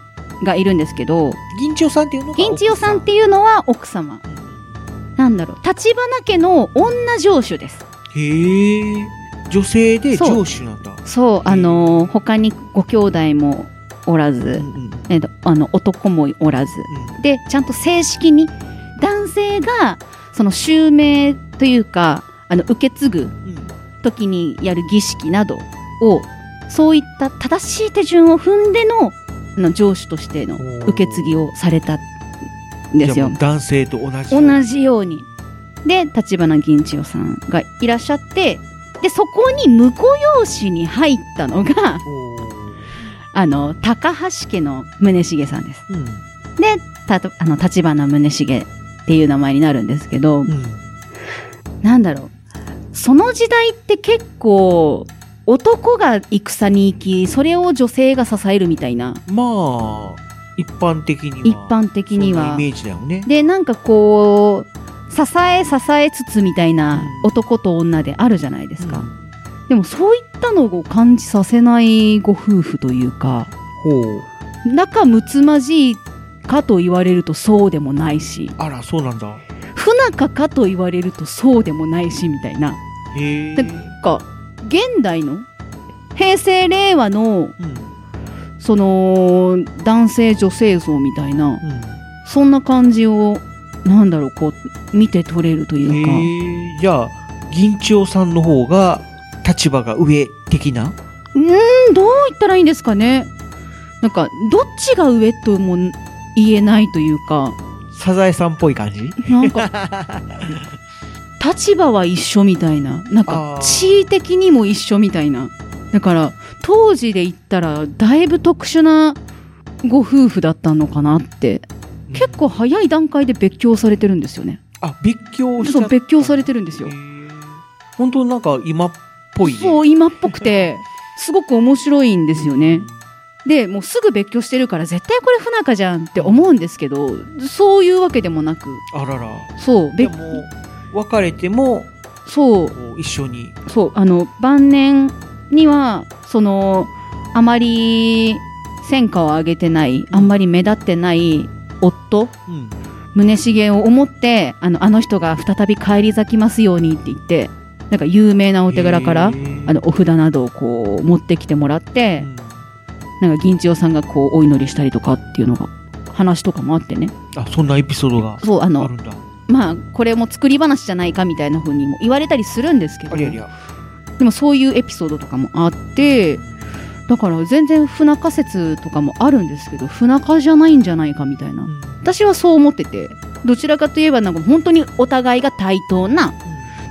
Speaker 2: がいるんですけど、
Speaker 4: 銀千代さんっていうのが
Speaker 2: 銀千代さんっていうのは奥様なんだろう立花家の女城主です
Speaker 4: へえ女性で
Speaker 2: そう
Speaker 4: 上司なんだ
Speaker 2: そうあのー他にご兄弟もおらず、
Speaker 4: うんうん
Speaker 2: えっと、あの男もおらずでちゃんと正式に男性がその襲名というかあの受け継ぐ
Speaker 4: うんうん
Speaker 2: 時にやる儀式などをそういった正しい手順を踏んでのあの上司としての受け継ぎをされたんです
Speaker 4: じゃあ
Speaker 2: よ
Speaker 4: もう。男性と同じ
Speaker 2: 同じように。で立花銀千代さんがいらっしゃってでそこに婿養子に入ったの
Speaker 4: お
Speaker 2: が
Speaker 4: ー
Speaker 2: あの高橋家の宗茂さんです。
Speaker 4: うん
Speaker 2: でたとあの立花宗茂っていう名前になるんですけど。
Speaker 4: うん
Speaker 2: なんだろうその時代って結構男が戦に行きそれを女性が支えるみたいな
Speaker 4: まあ一般的には
Speaker 2: 一般的に
Speaker 4: そ
Speaker 2: は
Speaker 4: んなイメージだよね
Speaker 2: でなんかこう支え支えつつみたいな
Speaker 4: うん
Speaker 2: 男と女であるじゃないですか、
Speaker 4: うん
Speaker 2: でもそういったのを感じさせないご夫婦というか
Speaker 4: ほう
Speaker 2: 仲睦まじいかと言われるとそうでもないし
Speaker 4: あらそうなんだ
Speaker 2: 不仲かと言われるとそうでもないしみたいな
Speaker 4: へえ
Speaker 2: でなんか現代の平成令和の
Speaker 4: うん
Speaker 2: その男性女性像みたいなそんな感じをなんだろうこう見て取れると
Speaker 4: うん
Speaker 2: いうか、
Speaker 4: へえじゃあ銀千代さんの方が立場が上的な
Speaker 2: うーんどう言ったらいいんですかねなんかどっちが上とも言えないというか
Speaker 4: サザエさんっぽい感じ
Speaker 2: なんか立場は一緒みたいななん
Speaker 4: あ
Speaker 2: か
Speaker 4: ー
Speaker 2: 地位的にも一緒みたいなだから当時で言ったらだいぶ特殊なご夫婦だったのかなって結構早い段階で別居をされてるんですよね
Speaker 4: あ別居しちゃ
Speaker 2: そう別居されてるんですよ
Speaker 4: へえ本当なんか今っぽいね
Speaker 2: そう今っぽくてすごく面白いんですよね
Speaker 4: うん
Speaker 2: でもうすぐ別居してるから絶対これ不仲じゃんって思うんですけどそういうわけでもなく
Speaker 4: あらら
Speaker 2: そう
Speaker 4: で
Speaker 2: 別
Speaker 4: もう別れても
Speaker 2: そう
Speaker 4: こう一緒に
Speaker 2: そうあの晩年にはそのあまり戦果を上げてないあんまり目立ってない夫
Speaker 4: うん
Speaker 2: 宗茂を思ってあのあの人が再び返り咲きますようにって言ってなんか有名なお手柄からあのお札などをこう持ってきてもらって
Speaker 4: うん
Speaker 2: なんか銀千代さんがこうお祈りしたりとかっていうのが話とかもあってね
Speaker 4: あそんなエピソードが
Speaker 2: そうあ
Speaker 4: あ
Speaker 2: の
Speaker 4: るんだ
Speaker 2: まあこれも作り話じゃないかみたいな風にも言われたりするんですけど
Speaker 4: ありゃりゃ
Speaker 2: でもそういうエピソードとかもあってだから全然不仲説とかもあるんですけど不仲じゃないんじゃないかみたいな
Speaker 4: うん
Speaker 2: 私はそう思っててどちらかといえばなんか本当にお互いが対等な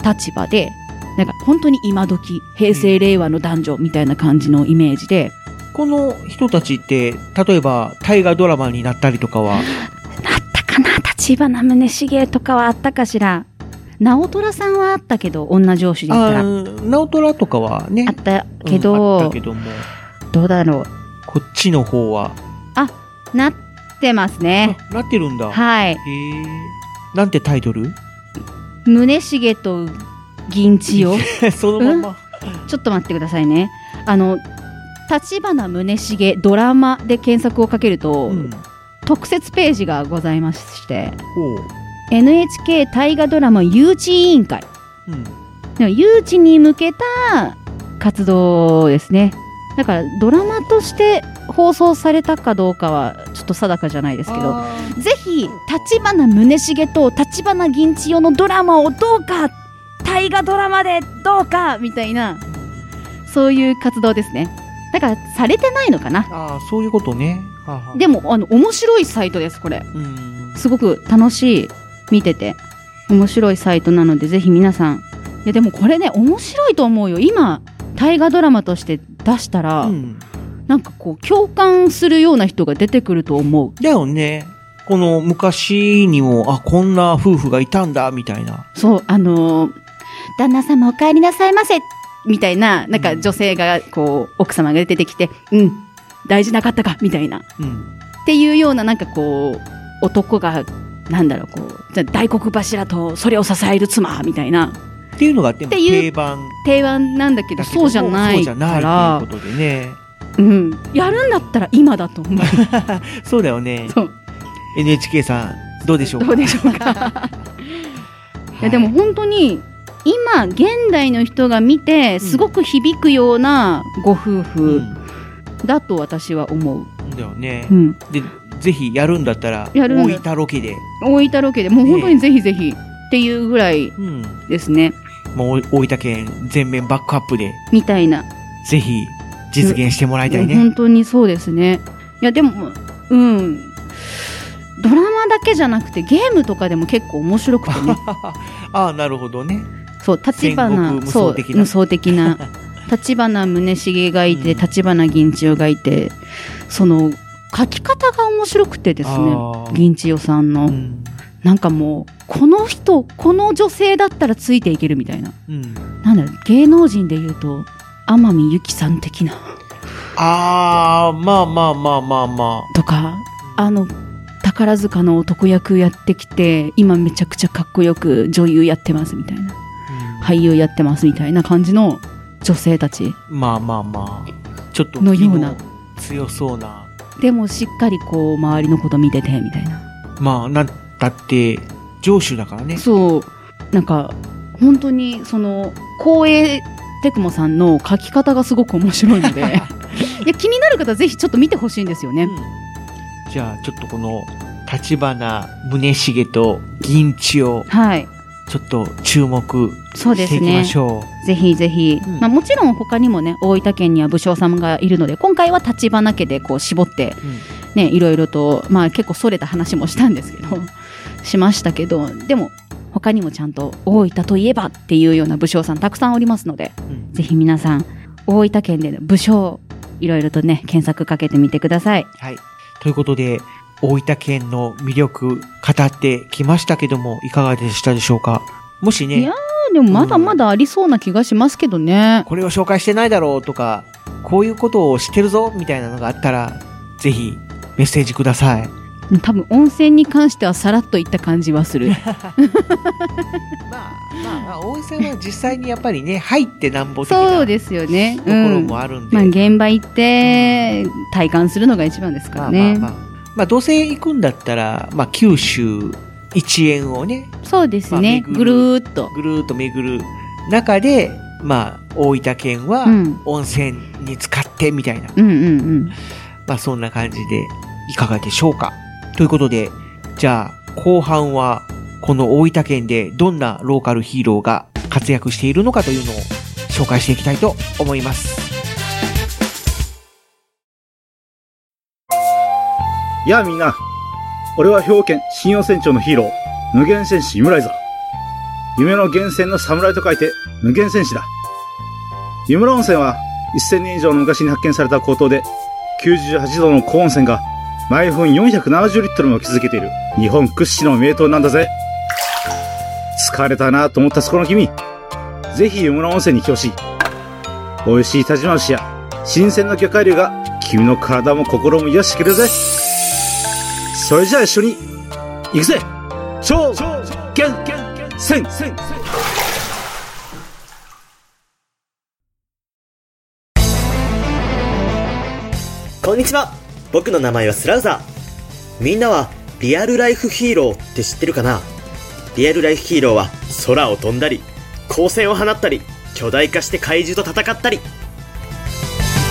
Speaker 2: 立場でなんか本当に今時平成令和の男女みたいな感じのイメージで、
Speaker 4: この人たちって例えば大河ドラマになったりとかは
Speaker 2: あったかな立花宗茂とかはあったかしら直虎さんはあったけど女上司で言ったら
Speaker 4: あ
Speaker 2: あ
Speaker 4: ー直虎とかはね
Speaker 2: ったけ
Speaker 4: う
Speaker 2: ど,、
Speaker 4: んあったけども
Speaker 2: どうだろ
Speaker 4: こっちの方は
Speaker 2: うなってますね
Speaker 4: あなってるんだへ
Speaker 2: はい
Speaker 4: えなんてタイトル
Speaker 2: 宗茂と銀千代
Speaker 4: そのまんま
Speaker 2: ちょっと待ってくださいねあの立花宗茂ドラマで検索をかけると、
Speaker 4: うん
Speaker 2: 特設ページがございまして
Speaker 4: ほう
Speaker 2: NHK 大河ドラマ誘致委員会
Speaker 4: うん
Speaker 2: でも誘致に向けた活動ですねだからドラマとして放送されたかどうかはちょっと定かじゃないですけど
Speaker 4: あー
Speaker 2: ぜひ立花宗茂と立花銀千代のドラマをどうか大河ドラマでどうかみたいなそういう活動ですねだからされてないのかな
Speaker 4: あーそういうことねはあはあ
Speaker 2: でもあの面白いサイトですこれ
Speaker 4: うん
Speaker 2: すごく楽しい見てて面白いサイトなのでぜひ皆さんいやでもこれね面白いと思うよ今大河ドラマとして出したら、
Speaker 4: うん
Speaker 2: なんかこう共感するような人が出てくると思う
Speaker 4: だよねこの昔にもあこんな夫婦がいたんだみたいな
Speaker 2: そうあのー旦那様お帰りなさいませみたいなな
Speaker 4: う
Speaker 2: んか
Speaker 4: ん
Speaker 2: 女性がこう奥様が出てきてうん大事なかったかみたいな
Speaker 4: うん
Speaker 2: っていうようななんかこう男がなんだろうこうじゃあ大黒柱とそれを支える妻みたいな
Speaker 4: っていうのがでも
Speaker 2: っていう
Speaker 4: 定番
Speaker 2: 提案なんだけ
Speaker 4: だ
Speaker 2: ど
Speaker 4: けど
Speaker 2: そうじゃな
Speaker 4: そう
Speaker 2: い
Speaker 4: じゃ
Speaker 2: か
Speaker 4: ない
Speaker 2: ら
Speaker 4: ということでね
Speaker 2: うん、やるんだったら今だと思う
Speaker 4: そうだよね
Speaker 2: そう
Speaker 4: NHK さんどうでしょうか
Speaker 2: どうでしょうかいやでも
Speaker 4: はい
Speaker 2: 本当に今現代の人が見てすごく響くようなご夫
Speaker 4: う
Speaker 2: 婦
Speaker 4: ん
Speaker 2: だと私は思う、
Speaker 4: だよね
Speaker 2: う、ん、
Speaker 4: でぜひやるんだったら
Speaker 2: やるんだ
Speaker 4: 大分ロケで、
Speaker 2: 大分ロケでもう本当にぜひぜひっていうぐらい
Speaker 4: うん、
Speaker 2: ですね
Speaker 4: もう大分県全面バックアップで
Speaker 2: みたいな
Speaker 4: ぜひ実現してもらいたい ね、
Speaker 2: 本当にそうですねいやでもうんドラマだけじゃなくてゲームとかでも結構面白くてね
Speaker 4: ああなるほどね
Speaker 2: そう立
Speaker 4: 戦
Speaker 2: 花
Speaker 4: 国無双
Speaker 2: そう
Speaker 4: 的な
Speaker 2: 無双 的な立花宗茂がいて
Speaker 4: うん
Speaker 2: 立花銀千代がいてその書き方が面白くてですね
Speaker 4: あー
Speaker 2: 銀千代さんの、
Speaker 4: うん
Speaker 2: なんかもうこの人この女性だったらついていけるみたいな
Speaker 4: うん、
Speaker 2: なんだろう芸能人で言うと天海祐希さん的な
Speaker 4: ああまあまあまあまあま
Speaker 2: とかあの宝塚の男役やってきて今めちゃくちゃかっこよく女優やってますみたいな
Speaker 4: あ、
Speaker 2: 俳優やってますみたいな感じの女性たち
Speaker 4: まあまあまあちょっと
Speaker 2: のような
Speaker 4: 気の強そうな
Speaker 2: でもしっかりこう周りのこと見ててみたいな
Speaker 4: まあなんだって上州だからね
Speaker 2: そうなんか本当にその光栄テクモさんの書き方がすごく面白い のでいや気になる方はぜひちょっと見てほしいんですよね、
Speaker 4: うんじゃあちょっとこの立花宗茂と銀千代
Speaker 2: はい
Speaker 4: ちょっと注目
Speaker 2: そうで
Speaker 4: して
Speaker 2: す
Speaker 4: いきま
Speaker 2: ね
Speaker 4: しょ
Speaker 2: ぜひぜひ、
Speaker 4: うん
Speaker 2: まあ、もちろん他にもね大分県には武将様がいるので今回は立花家でこう絞って
Speaker 4: う。うん
Speaker 2: ねいろいろと、まあ、結構それた話もしたんですけど しましたけどでも他にもちゃんと大分といえばっていうような武将さんたくさんおりますので
Speaker 4: うん
Speaker 2: ぜひ皆さん大分県での武将いろいろとね検索かけてみてください。
Speaker 4: はい。ということで、大分県の魅力語ってきましたけども、いかがでしたでしょうかもし
Speaker 2: い
Speaker 4: ね
Speaker 2: や、でもまだまだありそうな気がしますけどね。
Speaker 4: これを紹介してないだろうとか、こういうことをしてるぞみたいなのがあったら、ぜひメッセージください。
Speaker 2: 多分温泉に関してはさらっといった感じはする
Speaker 4: まあ、まあまあ、温泉は実際にやっぱりね、入ってなんぼ的な
Speaker 2: そう
Speaker 4: と
Speaker 2: ですよね、
Speaker 4: こ
Speaker 2: う
Speaker 4: ろ
Speaker 2: ん
Speaker 4: もあるんで。
Speaker 2: まあ、現場行って体感するのが一番ですからね、
Speaker 4: まあまあまあ、まあ、どうせ行くんだったら、まあ、九州一円をね、
Speaker 2: そうですね、
Speaker 4: まあ
Speaker 2: ぐるーっと、
Speaker 4: ぐるーっと巡る中で、まあ、大分県は
Speaker 2: うん
Speaker 4: 温泉に使ってみたいな、
Speaker 2: うんうんうん
Speaker 4: まあ、そんな感じでいかがでしょうか。ということで、じゃあ、後半は、この大分県でどんなローカルヒーローが活躍しているのかというのを紹介していきたいと思います。
Speaker 8: やあみんな。俺は兵庫県信用船長のヒーロー、無限戦士イムライザー。夢の源泉の侍と書いて、無限戦士だ。湯村温泉は、1000年以上の昔に発見された高騰で、98度の高温泉が、毎分470リットルも築けている、日本屈指の名湯なんだぜ。疲れたなと思ったそこの君、ぜひ湯村温泉に来てほしい。美味しい田島牛や、新鮮な魚介類が、君の体も心も癒してくれるぜ。それじゃあ一緒に行くぜ超限戦
Speaker 9: こんにちは僕の名前はスラウザーみんなはリアルライフヒーローって知ってるかなリアルライフヒーローは空を飛んだり光線を放ったり巨大化して怪獣と戦ったり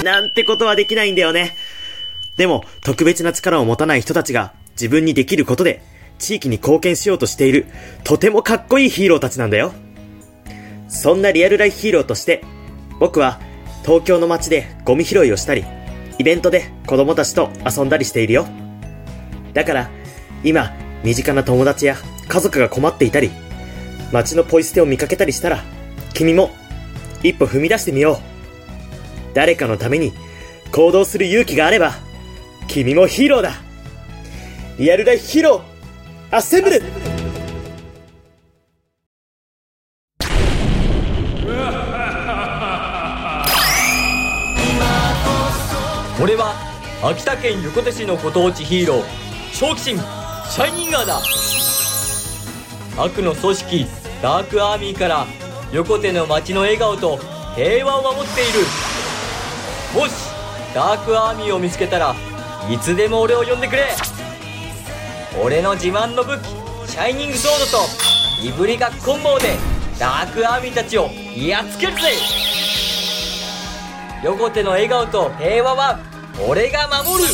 Speaker 9: なんてことはできないんだよねでも特別な力を持たない人たちが自分にできることで地域に貢献しようとしているとてもかっこいいヒーローたちなんだよそんなリアルライフヒーローとして僕は東京の街でゴミ拾いをしたりイベントで子供たちと遊んだりしているよ。だから、今、身近な友達や家族が困っていたり、街のポイ捨てを見かけたりしたら、君も、一歩踏み出してみよう。誰かのために、行動する勇気があれば、君もヒーローだリアルライフヒーローアッセンブル
Speaker 10: 俺は秋田県横手市のご当地ヒーロー正気神シャイニンガーだ悪の組織ダークアーミーから横手の街の笑顔と平和を守っているもしダークアーミーを見つけたらいつでも俺を呼んでくれ俺の自慢の武器シャイニングソードといぶりがっこん棒でダークアーミーたちをやっつけるぜ横手の笑顔と平和は俺が守る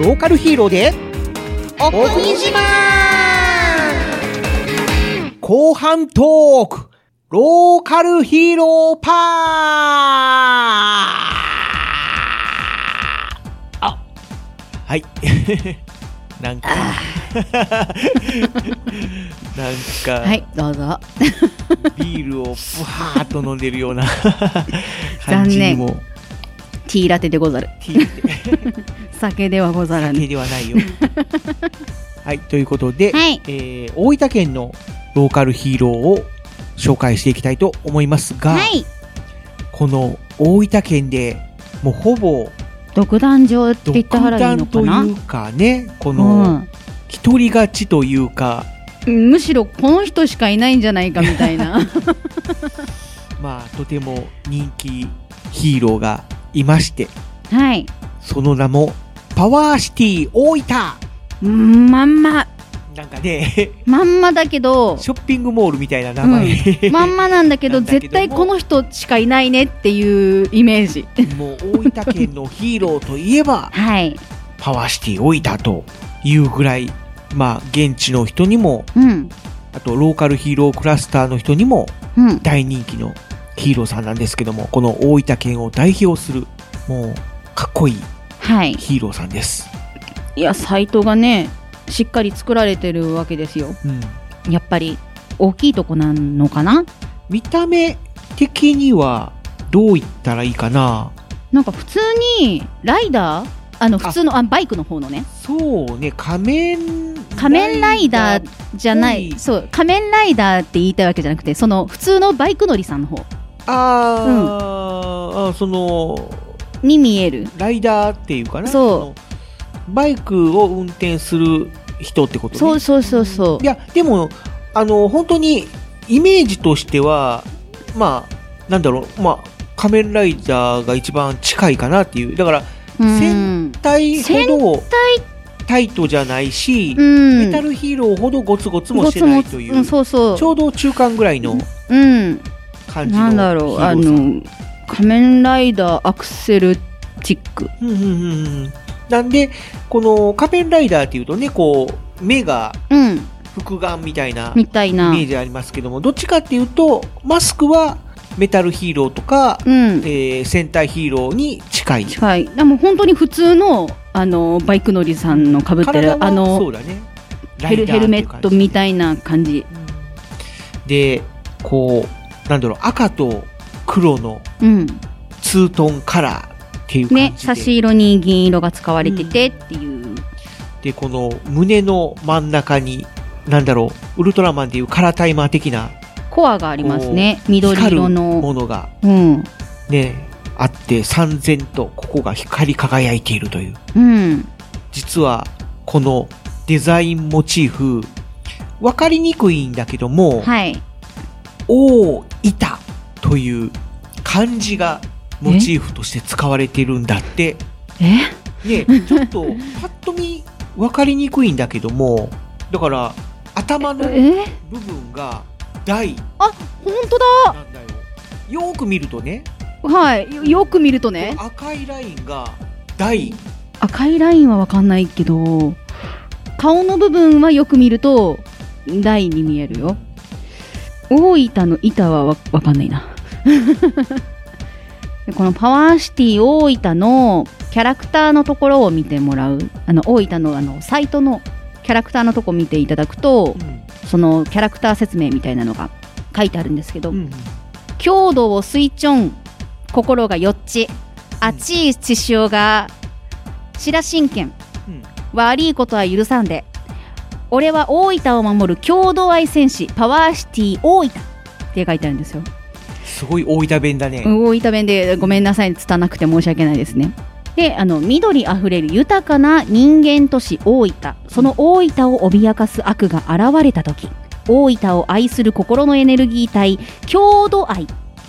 Speaker 4: ローカルヒーローで、
Speaker 3: お国自慢
Speaker 4: 後半トークローカルヒーローパーあはい。 なんか、なんか、
Speaker 2: はいどうぞ
Speaker 4: ビールをふはーっと飲んでるよう な
Speaker 2: 残
Speaker 4: 感じに
Speaker 2: 念
Speaker 4: も、
Speaker 2: ティーラテでござる
Speaker 4: ティーって
Speaker 2: 酒ではござら
Speaker 4: 酒
Speaker 2: ぬ
Speaker 4: では ないよ。はい、ということで、
Speaker 2: はい
Speaker 4: えー大分県のローカルヒーローを紹介していきたいと思いますが、
Speaker 2: はい
Speaker 4: この大分県でもうほぼ
Speaker 2: 独壇場って言っ
Speaker 4: 独
Speaker 2: たらいいの
Speaker 4: 断
Speaker 2: か
Speaker 4: と
Speaker 2: な
Speaker 4: いうかねこ
Speaker 2: う
Speaker 4: の
Speaker 2: ん
Speaker 4: 一人勝ちというか、
Speaker 2: むしろこの人しかいないんじゃないかみたい な
Speaker 4: まあとても人気ヒーローがいまして
Speaker 2: はい
Speaker 4: その名もパワーシティ大分
Speaker 2: うんまんま
Speaker 4: なんかね
Speaker 2: まんまだけど
Speaker 4: ショッピングモールみたいな名前、
Speaker 2: まんまなんだけど
Speaker 4: なんだけども
Speaker 2: 絶対この人しかいないねっていうイメージ
Speaker 4: もう大分県のヒーローといえば
Speaker 2: はい
Speaker 4: パワーシティ大分というぐらいまあ現地の人にも
Speaker 2: うん
Speaker 4: あとローカルヒーロークラスターの人にも
Speaker 2: うん
Speaker 4: 大人気のヒーローさんなんですけども、この大分県を代表する、もう、かっこいい
Speaker 2: はい
Speaker 4: ヒーローさんです。
Speaker 2: いやサイトがねしっかり作られてるわけですよ
Speaker 4: うん。
Speaker 2: やっぱり大きいとこなのかな
Speaker 4: 見た目的には、どう言ったらいいかな
Speaker 2: なんか普通にライダーあの普通のあバイクの方のね
Speaker 4: そうね、仮面
Speaker 2: 仮面ライダーじゃないそう仮面ライダーって言いたいわけじゃなくてその普通のバイク乗りさんの方
Speaker 4: あー、あその
Speaker 2: に見える
Speaker 4: ライダーっていうかな
Speaker 2: そう
Speaker 4: バイクを運転する人ってことね
Speaker 2: そうそうそうそう
Speaker 4: いやでもあの本当にイメージとしてはまあなんだろうまあ仮面ライダーが一番近いかなっていうだから
Speaker 2: うん
Speaker 4: 体ほどタイトじゃないし、
Speaker 2: うん
Speaker 4: メタルヒーローほどゴツゴツも
Speaker 2: ご
Speaker 4: して
Speaker 2: つ
Speaker 4: な
Speaker 2: も
Speaker 4: い
Speaker 2: つ
Speaker 4: という
Speaker 2: うんそうそ
Speaker 4: ちょうど中間ぐらいの
Speaker 2: ううん
Speaker 4: 感じの
Speaker 2: なんだろうあ
Speaker 4: ヒーローさん
Speaker 2: の仮面ライダーアクセルチック
Speaker 4: うんうんうんうんなんでこの仮面ライダーっていうとねこう目が
Speaker 2: うん
Speaker 4: 複眼みたいなイ
Speaker 2: みたいな
Speaker 4: メージありますけどもどっちかっていうとマスクはメタルヒーローとか、
Speaker 2: うん
Speaker 4: えー戦隊ヒーローに近い
Speaker 2: 近いでも本当に普通のあのバイク乗りさんのかぶって
Speaker 4: 体
Speaker 2: る
Speaker 4: は
Speaker 2: あ
Speaker 4: そ
Speaker 2: の
Speaker 4: うだね
Speaker 2: ヘルヘルメットみ
Speaker 4: た
Speaker 2: たいな感じ
Speaker 4: でこうなんだろう赤と黒の
Speaker 2: うん
Speaker 4: ツートンカラーっていう感じで,、
Speaker 2: ね差し色に銀色が使われててっていう
Speaker 4: でこの胸の真ん中になんだろうウルトラマンでいうカラータイマー的な
Speaker 2: コアがありますね緑
Speaker 4: 光る
Speaker 2: 色の
Speaker 4: ものが
Speaker 2: うん
Speaker 4: ねあって三千とここが光り輝いているという
Speaker 2: うん
Speaker 4: 実はこのデザインモチーフ分かりにくいんだけども
Speaker 2: はい
Speaker 4: 「大板」という漢字がモチーフとして使われているんだって
Speaker 2: え
Speaker 4: ね、ちょっ とパッと見分かりにくいんだけどもだから頭の部
Speaker 2: え
Speaker 4: 分が台
Speaker 2: 本当だ
Speaker 4: なんだよよーく見るとね
Speaker 2: はいよよく見るとね
Speaker 4: 赤いラインが台
Speaker 2: 赤いラインはわかんないけど顔の部分はよく見ると台に見えるよ大分の板はわわかんない なでこのパワーシティ大分のキャラクターのところを見てもらうあの大分のあのサイトのキャラクターのとこ見ていただくとそのキャラクター説明みたいなのが書いてあるんですけど、
Speaker 4: うんうん
Speaker 2: 強度を推ちょん心がよっちあちいちしおがしらしんけん
Speaker 4: うん
Speaker 2: 悪いことは許さんで俺は大分を守る郷土愛戦士パワーシティ大分って書いてあるんですよ
Speaker 4: すごい大分弁だね、
Speaker 2: 大分弁でごめんなさい拙なくて申し訳ないですねであの緑あふれる豊かな人間都市大分その大分を脅かす悪が現れた時大分を愛する心のエネルギー体郷土愛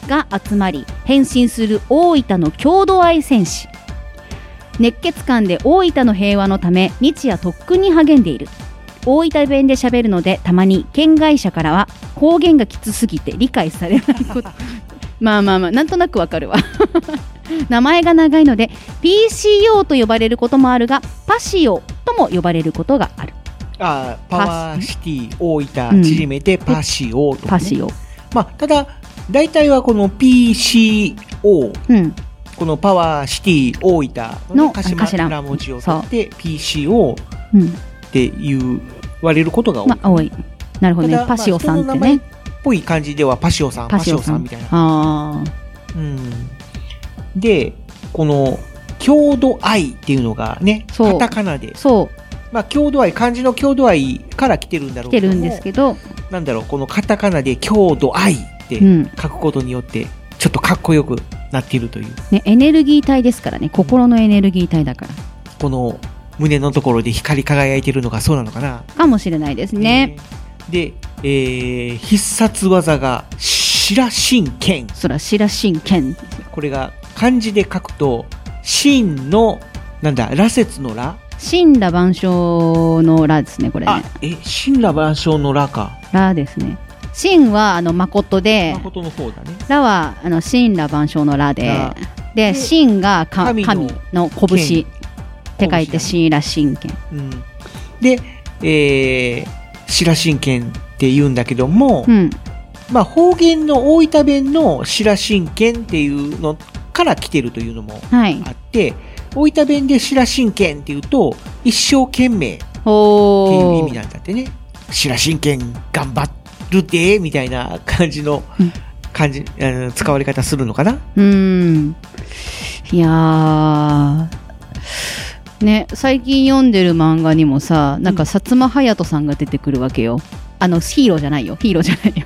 Speaker 2: が集まり変身する大分の郷土愛戦士熱血感で大分の平和のため日夜特訓に励んでいる大分弁で喋るのでたまに県外者からは方言がきつすぎて理解されないことまあまあまあなんとなくわかるわ 名前が長いので PCO と呼ばれることもあるがパシオとも呼ばれることがある
Speaker 4: あーパワーシティ大
Speaker 2: うん
Speaker 4: 分縮めてパシオとかね、
Speaker 2: パシオ
Speaker 4: まあただ大体はこの PCO
Speaker 2: うん
Speaker 4: このパワーシティ大分の
Speaker 2: の
Speaker 4: ね頭文字を取
Speaker 2: 頭
Speaker 4: って PCO
Speaker 2: うん
Speaker 4: って言われることが多い。
Speaker 2: まあ多いなるほど
Speaker 4: た
Speaker 2: ね
Speaker 4: だ
Speaker 2: パシオさんっ
Speaker 4: まあ人の名
Speaker 2: て
Speaker 4: 前っ
Speaker 2: ね
Speaker 4: ぽい感じではパシオさん、パ
Speaker 2: パ
Speaker 4: シ
Speaker 2: シ
Speaker 4: オ
Speaker 2: オ
Speaker 4: さ
Speaker 2: さ
Speaker 4: ん
Speaker 2: ん
Speaker 4: みたいな。
Speaker 2: あ
Speaker 4: うん、で、この、郷土愛っていうのがね、
Speaker 2: そ
Speaker 4: カ
Speaker 2: う
Speaker 4: タカナで
Speaker 2: あ、そう
Speaker 4: まあ、郷土愛、漢字の郷土愛から来てるんだろ
Speaker 2: 来
Speaker 4: うけ
Speaker 2: て
Speaker 4: ども
Speaker 2: るんですけど
Speaker 4: なんだろう、このカタカナで郷土愛って
Speaker 2: うん
Speaker 4: 書くことによって、ちょっとかっこよくなっているという、
Speaker 2: ねエネルギー体ですからね心のエネルギー体だから
Speaker 4: この胸のところで光り輝いてるのがそうなのかな。
Speaker 2: かもしれないですね。
Speaker 4: で、えー必殺技が、しらしんけん。
Speaker 2: そらしらしんけん
Speaker 4: これが漢字で書くと、真の、なんだ、羅刹の羅
Speaker 2: 神羅万象の羅ですねこれ
Speaker 4: あ
Speaker 2: ね、
Speaker 4: え、真羅万象の羅か。
Speaker 2: 羅ですね神はあの誠で
Speaker 4: 誠の方だね。
Speaker 2: 羅はあの神羅万象の羅で
Speaker 4: 羅
Speaker 2: で神がか
Speaker 4: 神
Speaker 2: 神
Speaker 4: の
Speaker 2: の拳
Speaker 4: 剣
Speaker 2: って書いて
Speaker 4: 拳
Speaker 2: 神羅神剣
Speaker 4: うん。で、えー、しらしんけんって言うんだけども、
Speaker 2: うん
Speaker 4: まあ方言の大分弁のしらしんけんっていうのから来てるというのも
Speaker 2: はい
Speaker 4: あって、大分弁でしらしんけんっていうと、一生懸命っていう意
Speaker 2: お
Speaker 4: 味なんだってね。白真剣頑張るでみたいな感じの
Speaker 2: うん、
Speaker 4: 感じ、あの使われ方するのかな
Speaker 2: うんいやーね最近読んでる漫画にもさなんか薩摩隼人さんが出てくるわけよあのヒーローじゃないよヒーローじゃないよ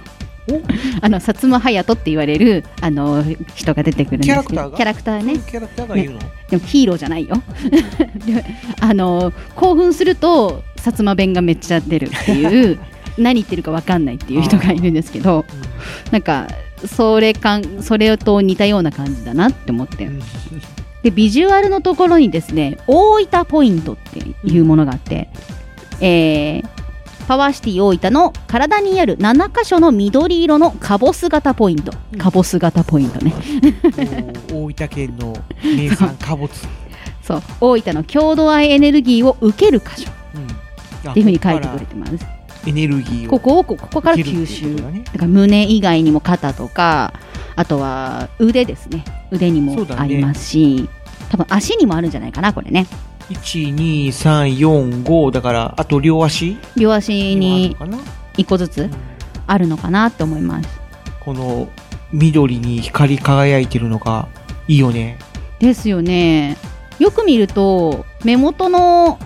Speaker 2: あの薩摩隼人って言われるあの人が出てくるんですけど
Speaker 4: キャラクターが
Speaker 2: キャラクターね
Speaker 4: キャラクターが言うの、
Speaker 2: でもヒーローじゃないよ であの興奮すると薩摩弁がめっちゃ出るって いう何言ってるかわかんないっていう人がいるんですけどなんかそれかんそれと似たような感じだなって思って
Speaker 4: うん
Speaker 2: でビジュアルのところにですね大分ポイントっていうものがあって、えーパワーシティ大分の体にある7箇所の緑色のカボス型ポイント
Speaker 4: うん
Speaker 2: カボス型ポイントね
Speaker 4: お大分県の名産かぼつ、
Speaker 2: そう大分の郷土愛エネルギーを受ける箇所
Speaker 4: うん、
Speaker 2: っていうふうに書いてくれ
Speaker 4: る
Speaker 2: てます
Speaker 4: エネルギーを
Speaker 2: ここをこここから
Speaker 4: 受ける
Speaker 2: 吸
Speaker 4: っていう
Speaker 2: 収
Speaker 4: ことだね
Speaker 2: だから胸以外にも肩とかあとは腕ですね腕に
Speaker 4: そ
Speaker 2: も
Speaker 4: うだね
Speaker 2: ありますし、多分足にもあるんじゃないかなこれね
Speaker 4: 12345だからあと両足
Speaker 2: 両足に
Speaker 4: 今あるのか
Speaker 2: 一個ずつ
Speaker 4: な、うん
Speaker 2: あるのかなって思います
Speaker 4: この緑に光り輝いてるのがいいよね
Speaker 2: ですよねよく見ると目元の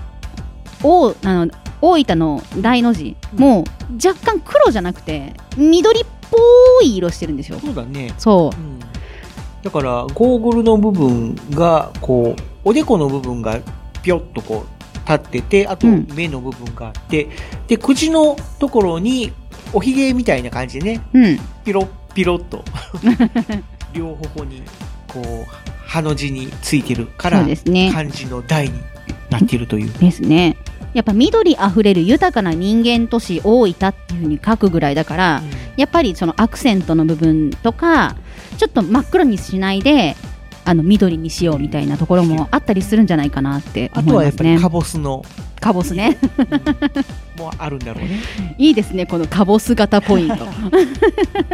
Speaker 2: 大あの大分の大の字も若干黒じゃなくて緑っぽい色してるんですよ
Speaker 4: そうだね、
Speaker 2: そう
Speaker 4: うん、だからゴーグルの部分がこうおでこの部分がぴょっとこう立っててあと
Speaker 2: うん
Speaker 4: 目の部分があって、で口のところにおひげみたいな感じでね
Speaker 2: うん
Speaker 4: ピロッピロッ と両方にこうハの字についてるから
Speaker 2: そうですね
Speaker 4: 漢字の台になってるという
Speaker 2: ですねやっぱ緑あふれる豊かな人間都市大分っていうふうに書くぐらいだからやっぱりそのアクセントの部分とかちょっと真っ黒にしないであの緑にしようみたいなところもあったりするんじゃないかなって
Speaker 4: あ
Speaker 2: 思
Speaker 4: と
Speaker 2: い
Speaker 4: はや
Speaker 2: ま
Speaker 4: っ
Speaker 2: す
Speaker 4: ぱり
Speaker 2: ね
Speaker 4: カボスの
Speaker 2: カボスね
Speaker 4: もあるんだろうね。
Speaker 2: いいですねこのカボス型ポイント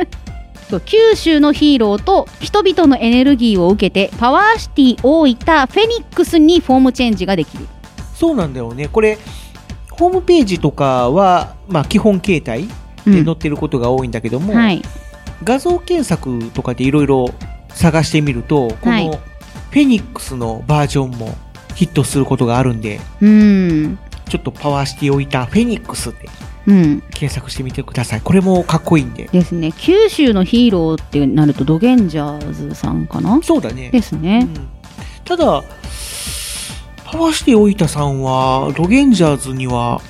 Speaker 2: そう九州のヒーローと人々のエネルギーを受けてパワーシティ大分フェニックスにフォームチェンジができる
Speaker 4: そうなんだよね。これ、ホームページとかは、まあ、基本形態
Speaker 2: うん
Speaker 4: で載ってることが多いんだけども、
Speaker 2: はい
Speaker 4: 画像検索とかでいろいろ探してみると、こ
Speaker 2: はい
Speaker 4: のフェニックスのバージョンもヒットすることがあるんで、
Speaker 2: うん
Speaker 4: ちょっとパワーシティ置いたフェニックスって
Speaker 2: うん
Speaker 4: 検索してみてください。これもかっこいいんで。
Speaker 2: ですね九州のヒーローってなるとドゲンジャーズさんかな
Speaker 4: そうだね。
Speaker 2: です
Speaker 4: う
Speaker 2: ね
Speaker 4: んただ、パワーシティ大分さんは、ロゲンジャーズには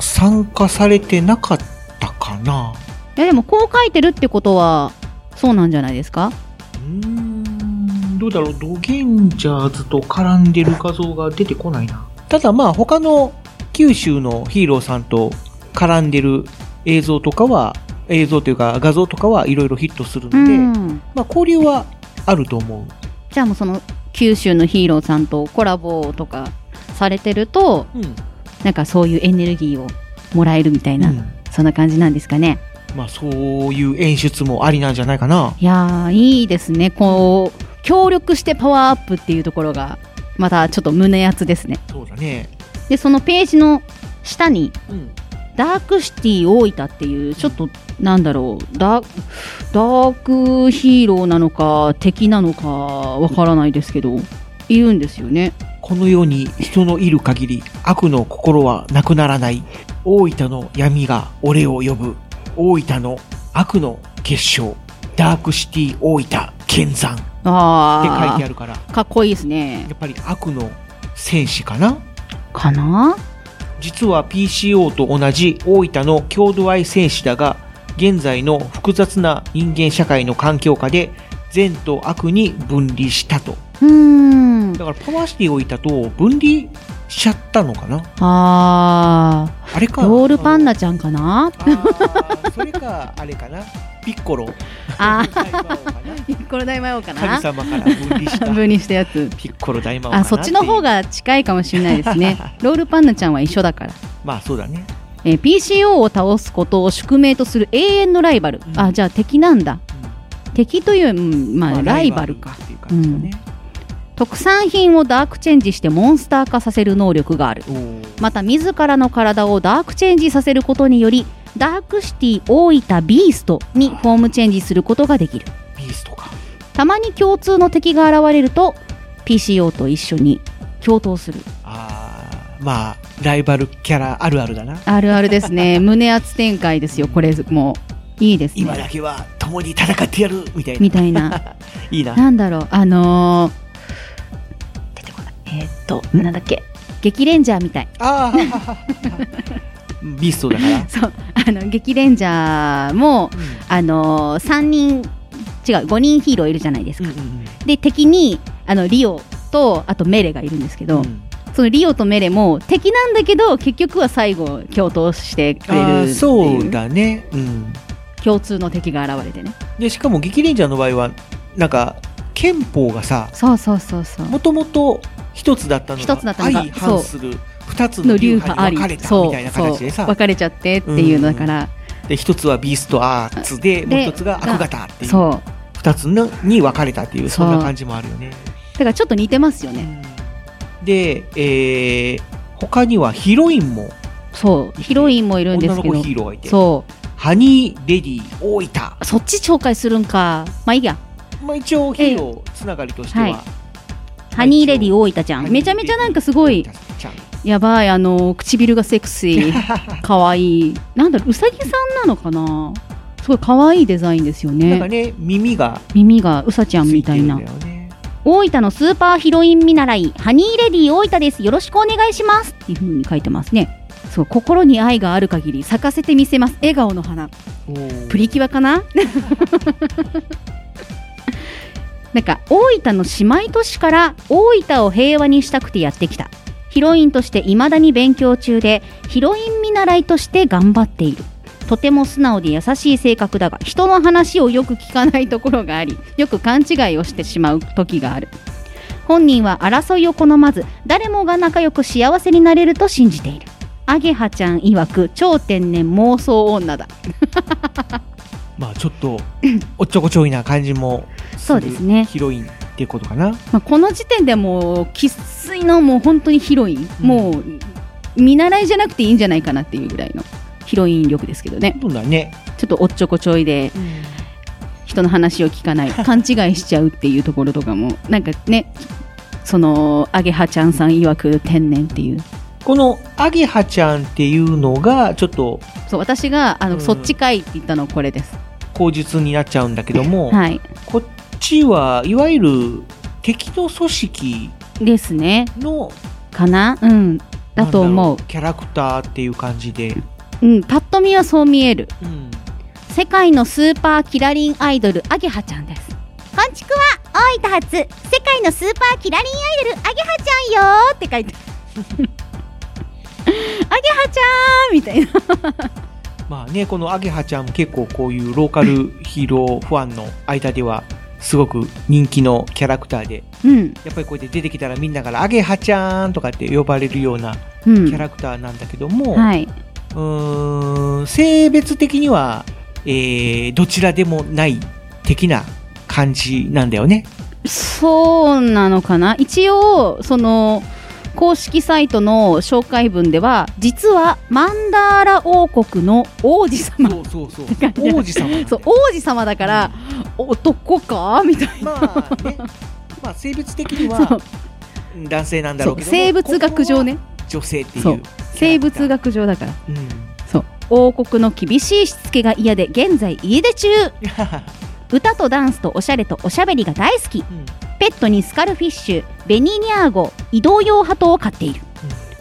Speaker 4: 参加されてなかったかな。
Speaker 2: いやでもこう書いてるってことはそうなんじゃないですか
Speaker 4: うーんどうだろう、ドゲンジャーズと絡んでる画像が出てこないな。ただまあ他の九州のヒーローさんと絡んでる映像とかは、映像というか画像とかはいろいろヒットするので、
Speaker 2: うん
Speaker 4: まあ交流はあると思う。
Speaker 2: じゃあもうその九州のヒーローさんとコラボとかされてると
Speaker 4: うん。
Speaker 2: なんかそういうエネルギーをもらえるみたいな、そんな感じなんですかね
Speaker 4: まあそういう演出もありなんじゃないかな。
Speaker 2: いやーいいですねこう協力してパワーアップっていうところがまたちょっと胸熱ですね
Speaker 4: そうだね。
Speaker 2: でそのページの下に
Speaker 4: うん。
Speaker 2: ダークシティ大分っていうちょっとなんだろうダーダークヒーローなのか敵なのかわからないですけどいるんですよね
Speaker 4: この世に人のいる限り悪の心はなくならない大分の闇が俺を呼ぶ大分の悪の結晶ダークシティ大分剣山って書い
Speaker 2: あ
Speaker 4: てあるから
Speaker 2: あかっこいいですね
Speaker 4: やっぱり悪の戦士かな
Speaker 2: かな
Speaker 4: 実は PCO と同じ大分の郷土愛戦士だが現在の複雑な人間社会の環境下で善と悪に分離したと
Speaker 2: うーん
Speaker 4: だからパワーシティ大分と分離しちゃったのかな
Speaker 2: あ
Speaker 4: あれ
Speaker 2: あ
Speaker 4: か
Speaker 2: ロールパンナちゃんかな
Speaker 4: あーそれか、あれかな。ピッコ ロ。
Speaker 2: あ
Speaker 4: 大魔王かな
Speaker 2: ーこれ大魔王か
Speaker 4: 神
Speaker 2: な
Speaker 4: 様から分離した。
Speaker 2: 分離したやつ
Speaker 4: ピッコロ大魔王かな
Speaker 2: あそっちの方
Speaker 4: て
Speaker 2: が近いかもしれないで すねロールパンナちゃんは一緒だから
Speaker 4: いう。まあそうだね。
Speaker 2: えー PCO を倒すことを宿命とする永遠のライバル、
Speaker 4: うん
Speaker 2: あじゃあ敵なんだ
Speaker 4: うん
Speaker 2: 敵という、うんまあ、ライバルか
Speaker 4: っていう感じだね。
Speaker 2: 特産品をダークチェンジしてモンスター化させる能力がある
Speaker 4: おー
Speaker 2: また自らの体をダークチェンジさせることによりダークシティ大分ビーストにフォームチェンジすることができる
Speaker 4: ビーストか。
Speaker 2: たまに共通の敵が現れると PCO と一緒に共闘する
Speaker 4: あーまあライバルキャラあるあるだな
Speaker 2: あるあるです ね。胸圧展開ですよ、これ、もう。いいです
Speaker 4: 今だ
Speaker 2: ね。
Speaker 4: けは共に戦ってやるみたいな
Speaker 2: みたいな。
Speaker 4: いいな
Speaker 2: なんだろう、あのー、出てこない。えーっと、なんだっけ。激レンジャーみたい。
Speaker 4: あービーストだから
Speaker 2: そう。あの、激レンジャーも、あのー、3人、違う、5人ヒーローいるじゃないです
Speaker 4: うん
Speaker 2: か。
Speaker 4: うんう
Speaker 2: で、敵に、あの、リオと、あとメレがいるんですけ
Speaker 4: ん
Speaker 2: ど、
Speaker 4: うん
Speaker 2: そのリオとメレも敵なんだけど、結局は最後、共闘してくれる
Speaker 4: あ
Speaker 2: って
Speaker 4: ー
Speaker 2: いう。
Speaker 4: そうだねうん
Speaker 2: 共通の敵が現れてね。
Speaker 4: でしかも激レンジャーの場合はなんか憲法がさ
Speaker 2: そうそうそうそう。
Speaker 4: もともと一つだったのが
Speaker 2: 一つだったのが
Speaker 4: 相反する二つの流派に分かれたみたいな
Speaker 2: そう
Speaker 4: 形で
Speaker 2: そう
Speaker 4: さ
Speaker 2: 分かれちゃってっていうのだから、
Speaker 4: で一つはビーストアーツで
Speaker 2: で
Speaker 4: もう一つが悪型っていう
Speaker 2: そう
Speaker 4: 二つのに分かれたっていう
Speaker 2: そ
Speaker 4: そ
Speaker 2: うん
Speaker 4: な感じもあるよね。
Speaker 2: だからちょっと似てますよね
Speaker 4: で、えー他にはヒロインも
Speaker 2: そうヒロインもいるんで
Speaker 4: 女
Speaker 2: す
Speaker 4: の
Speaker 2: け
Speaker 4: 子
Speaker 2: ど
Speaker 4: ヒーローがいて
Speaker 2: そ
Speaker 4: ハニーレディー大分、
Speaker 2: うそっち紹介するんかまあいいや
Speaker 4: まあ、一応ヒーローつながりとしては、
Speaker 2: はいハニーレディ大分ちゃん
Speaker 4: ハニ
Speaker 2: め
Speaker 4: ーレディ
Speaker 2: ちゃめちゃなんかすごい
Speaker 4: 大分ちゃん
Speaker 2: やばいあの唇がセクシー 可愛いなんだろううさぎさんなのかなすごい可愛いデザインですよ
Speaker 4: なんか
Speaker 2: ね
Speaker 4: ね耳が
Speaker 2: 耳がうさちゃん
Speaker 4: つ
Speaker 2: み
Speaker 4: いて
Speaker 2: た
Speaker 4: る
Speaker 2: い
Speaker 4: ん
Speaker 2: な
Speaker 4: だよね
Speaker 2: 大分のスーパーヒロイン見習い、ハニーレディー大分です。よろしくお願いします。っていう風に書いてますね。そう、心に愛がある限り咲かせてみせます。笑顔の花。
Speaker 4: おー
Speaker 2: プリキュアかななんか、大分の姉妹都市から大分を平和にしたくてやってきた。ヒロインとして未だに勉強中で、ヒロイン見習いとして頑張っている。とても素直で優しい性格だが、人の話をよく聞かないところがあり、よく勘違いをしてしまう時がある。本人は争いを好まず、誰もが仲良く幸せになれると信じている。アゲハちゃん曰く、超天然妄想女だ。
Speaker 4: まあちょっ とおっちょこちょいな感じも
Speaker 2: そうですね
Speaker 4: ヒロインっていうことかな
Speaker 2: まあ、この時点でもう生粋のもう本当にヒロイン、
Speaker 4: うん
Speaker 2: もう見習いじゃなくていいんじゃないかなっていうぐらいのヒロイン力ですけどね
Speaker 4: そうだね
Speaker 2: ちょっとおっちょこちょいで人の話を聞か ない勘違いしちゃうっていうところとかもなんかねそのアゲハちゃんさん曰く天然っていう
Speaker 4: このアゲハちゃんっていうのがちょっと
Speaker 2: そう私があの、
Speaker 4: うん
Speaker 2: そっちかいって言ったのこれです
Speaker 4: 口述になっちゃうんだけども、
Speaker 2: はい
Speaker 4: こっちはいわゆる敵の組織
Speaker 2: ですね
Speaker 4: の
Speaker 2: かなうん
Speaker 4: な
Speaker 2: だと
Speaker 4: んろ
Speaker 2: 思う
Speaker 4: キャラクターっていう感じで、
Speaker 2: うんパッと見はそう見える
Speaker 4: うん
Speaker 2: 世界のスーパーキラリンアイドルアゲハちゃんですこんちくは大分発世界のスーパーキラリンアイドルアゲハちゃんよーって書いて アゲハちゃんみたいな
Speaker 4: まあねこのアゲハちゃんも結構こういうローカルヒーローファンの間ではすごく人気のキャラクターで
Speaker 2: うん
Speaker 4: やっぱりこうやって出てきたらみんなから「アゲハちゃん」とかって呼ばれるような
Speaker 2: うん
Speaker 4: キャラクターなんだけども、
Speaker 2: はい、
Speaker 4: うーん性別的には、えーどちらでもない的な感じなんだよね。
Speaker 2: そうなのかな一応その公式サイトの紹介文では実はマンダーラ王国の王子様
Speaker 4: うそうそう
Speaker 2: て感じ
Speaker 4: 王子様なんだよ
Speaker 2: そう王子様だから、男かみたいな
Speaker 4: まあね、まあ性別的に
Speaker 2: そ
Speaker 4: は
Speaker 2: う
Speaker 4: 男性なんだ
Speaker 2: そ
Speaker 4: ろうけ
Speaker 2: う
Speaker 4: ども
Speaker 2: 生物学上ね
Speaker 4: ここは女性っていう
Speaker 2: そう生物
Speaker 4: が、
Speaker 2: 学上だから
Speaker 4: うん
Speaker 2: そう王国の厳しいしつけが嫌で現在家出中歌とダンスとおしゃれとおしゃべりが大好き
Speaker 4: うん
Speaker 2: ペットにスカルフィッシュベニニャーゴ移動用ハトを飼っている、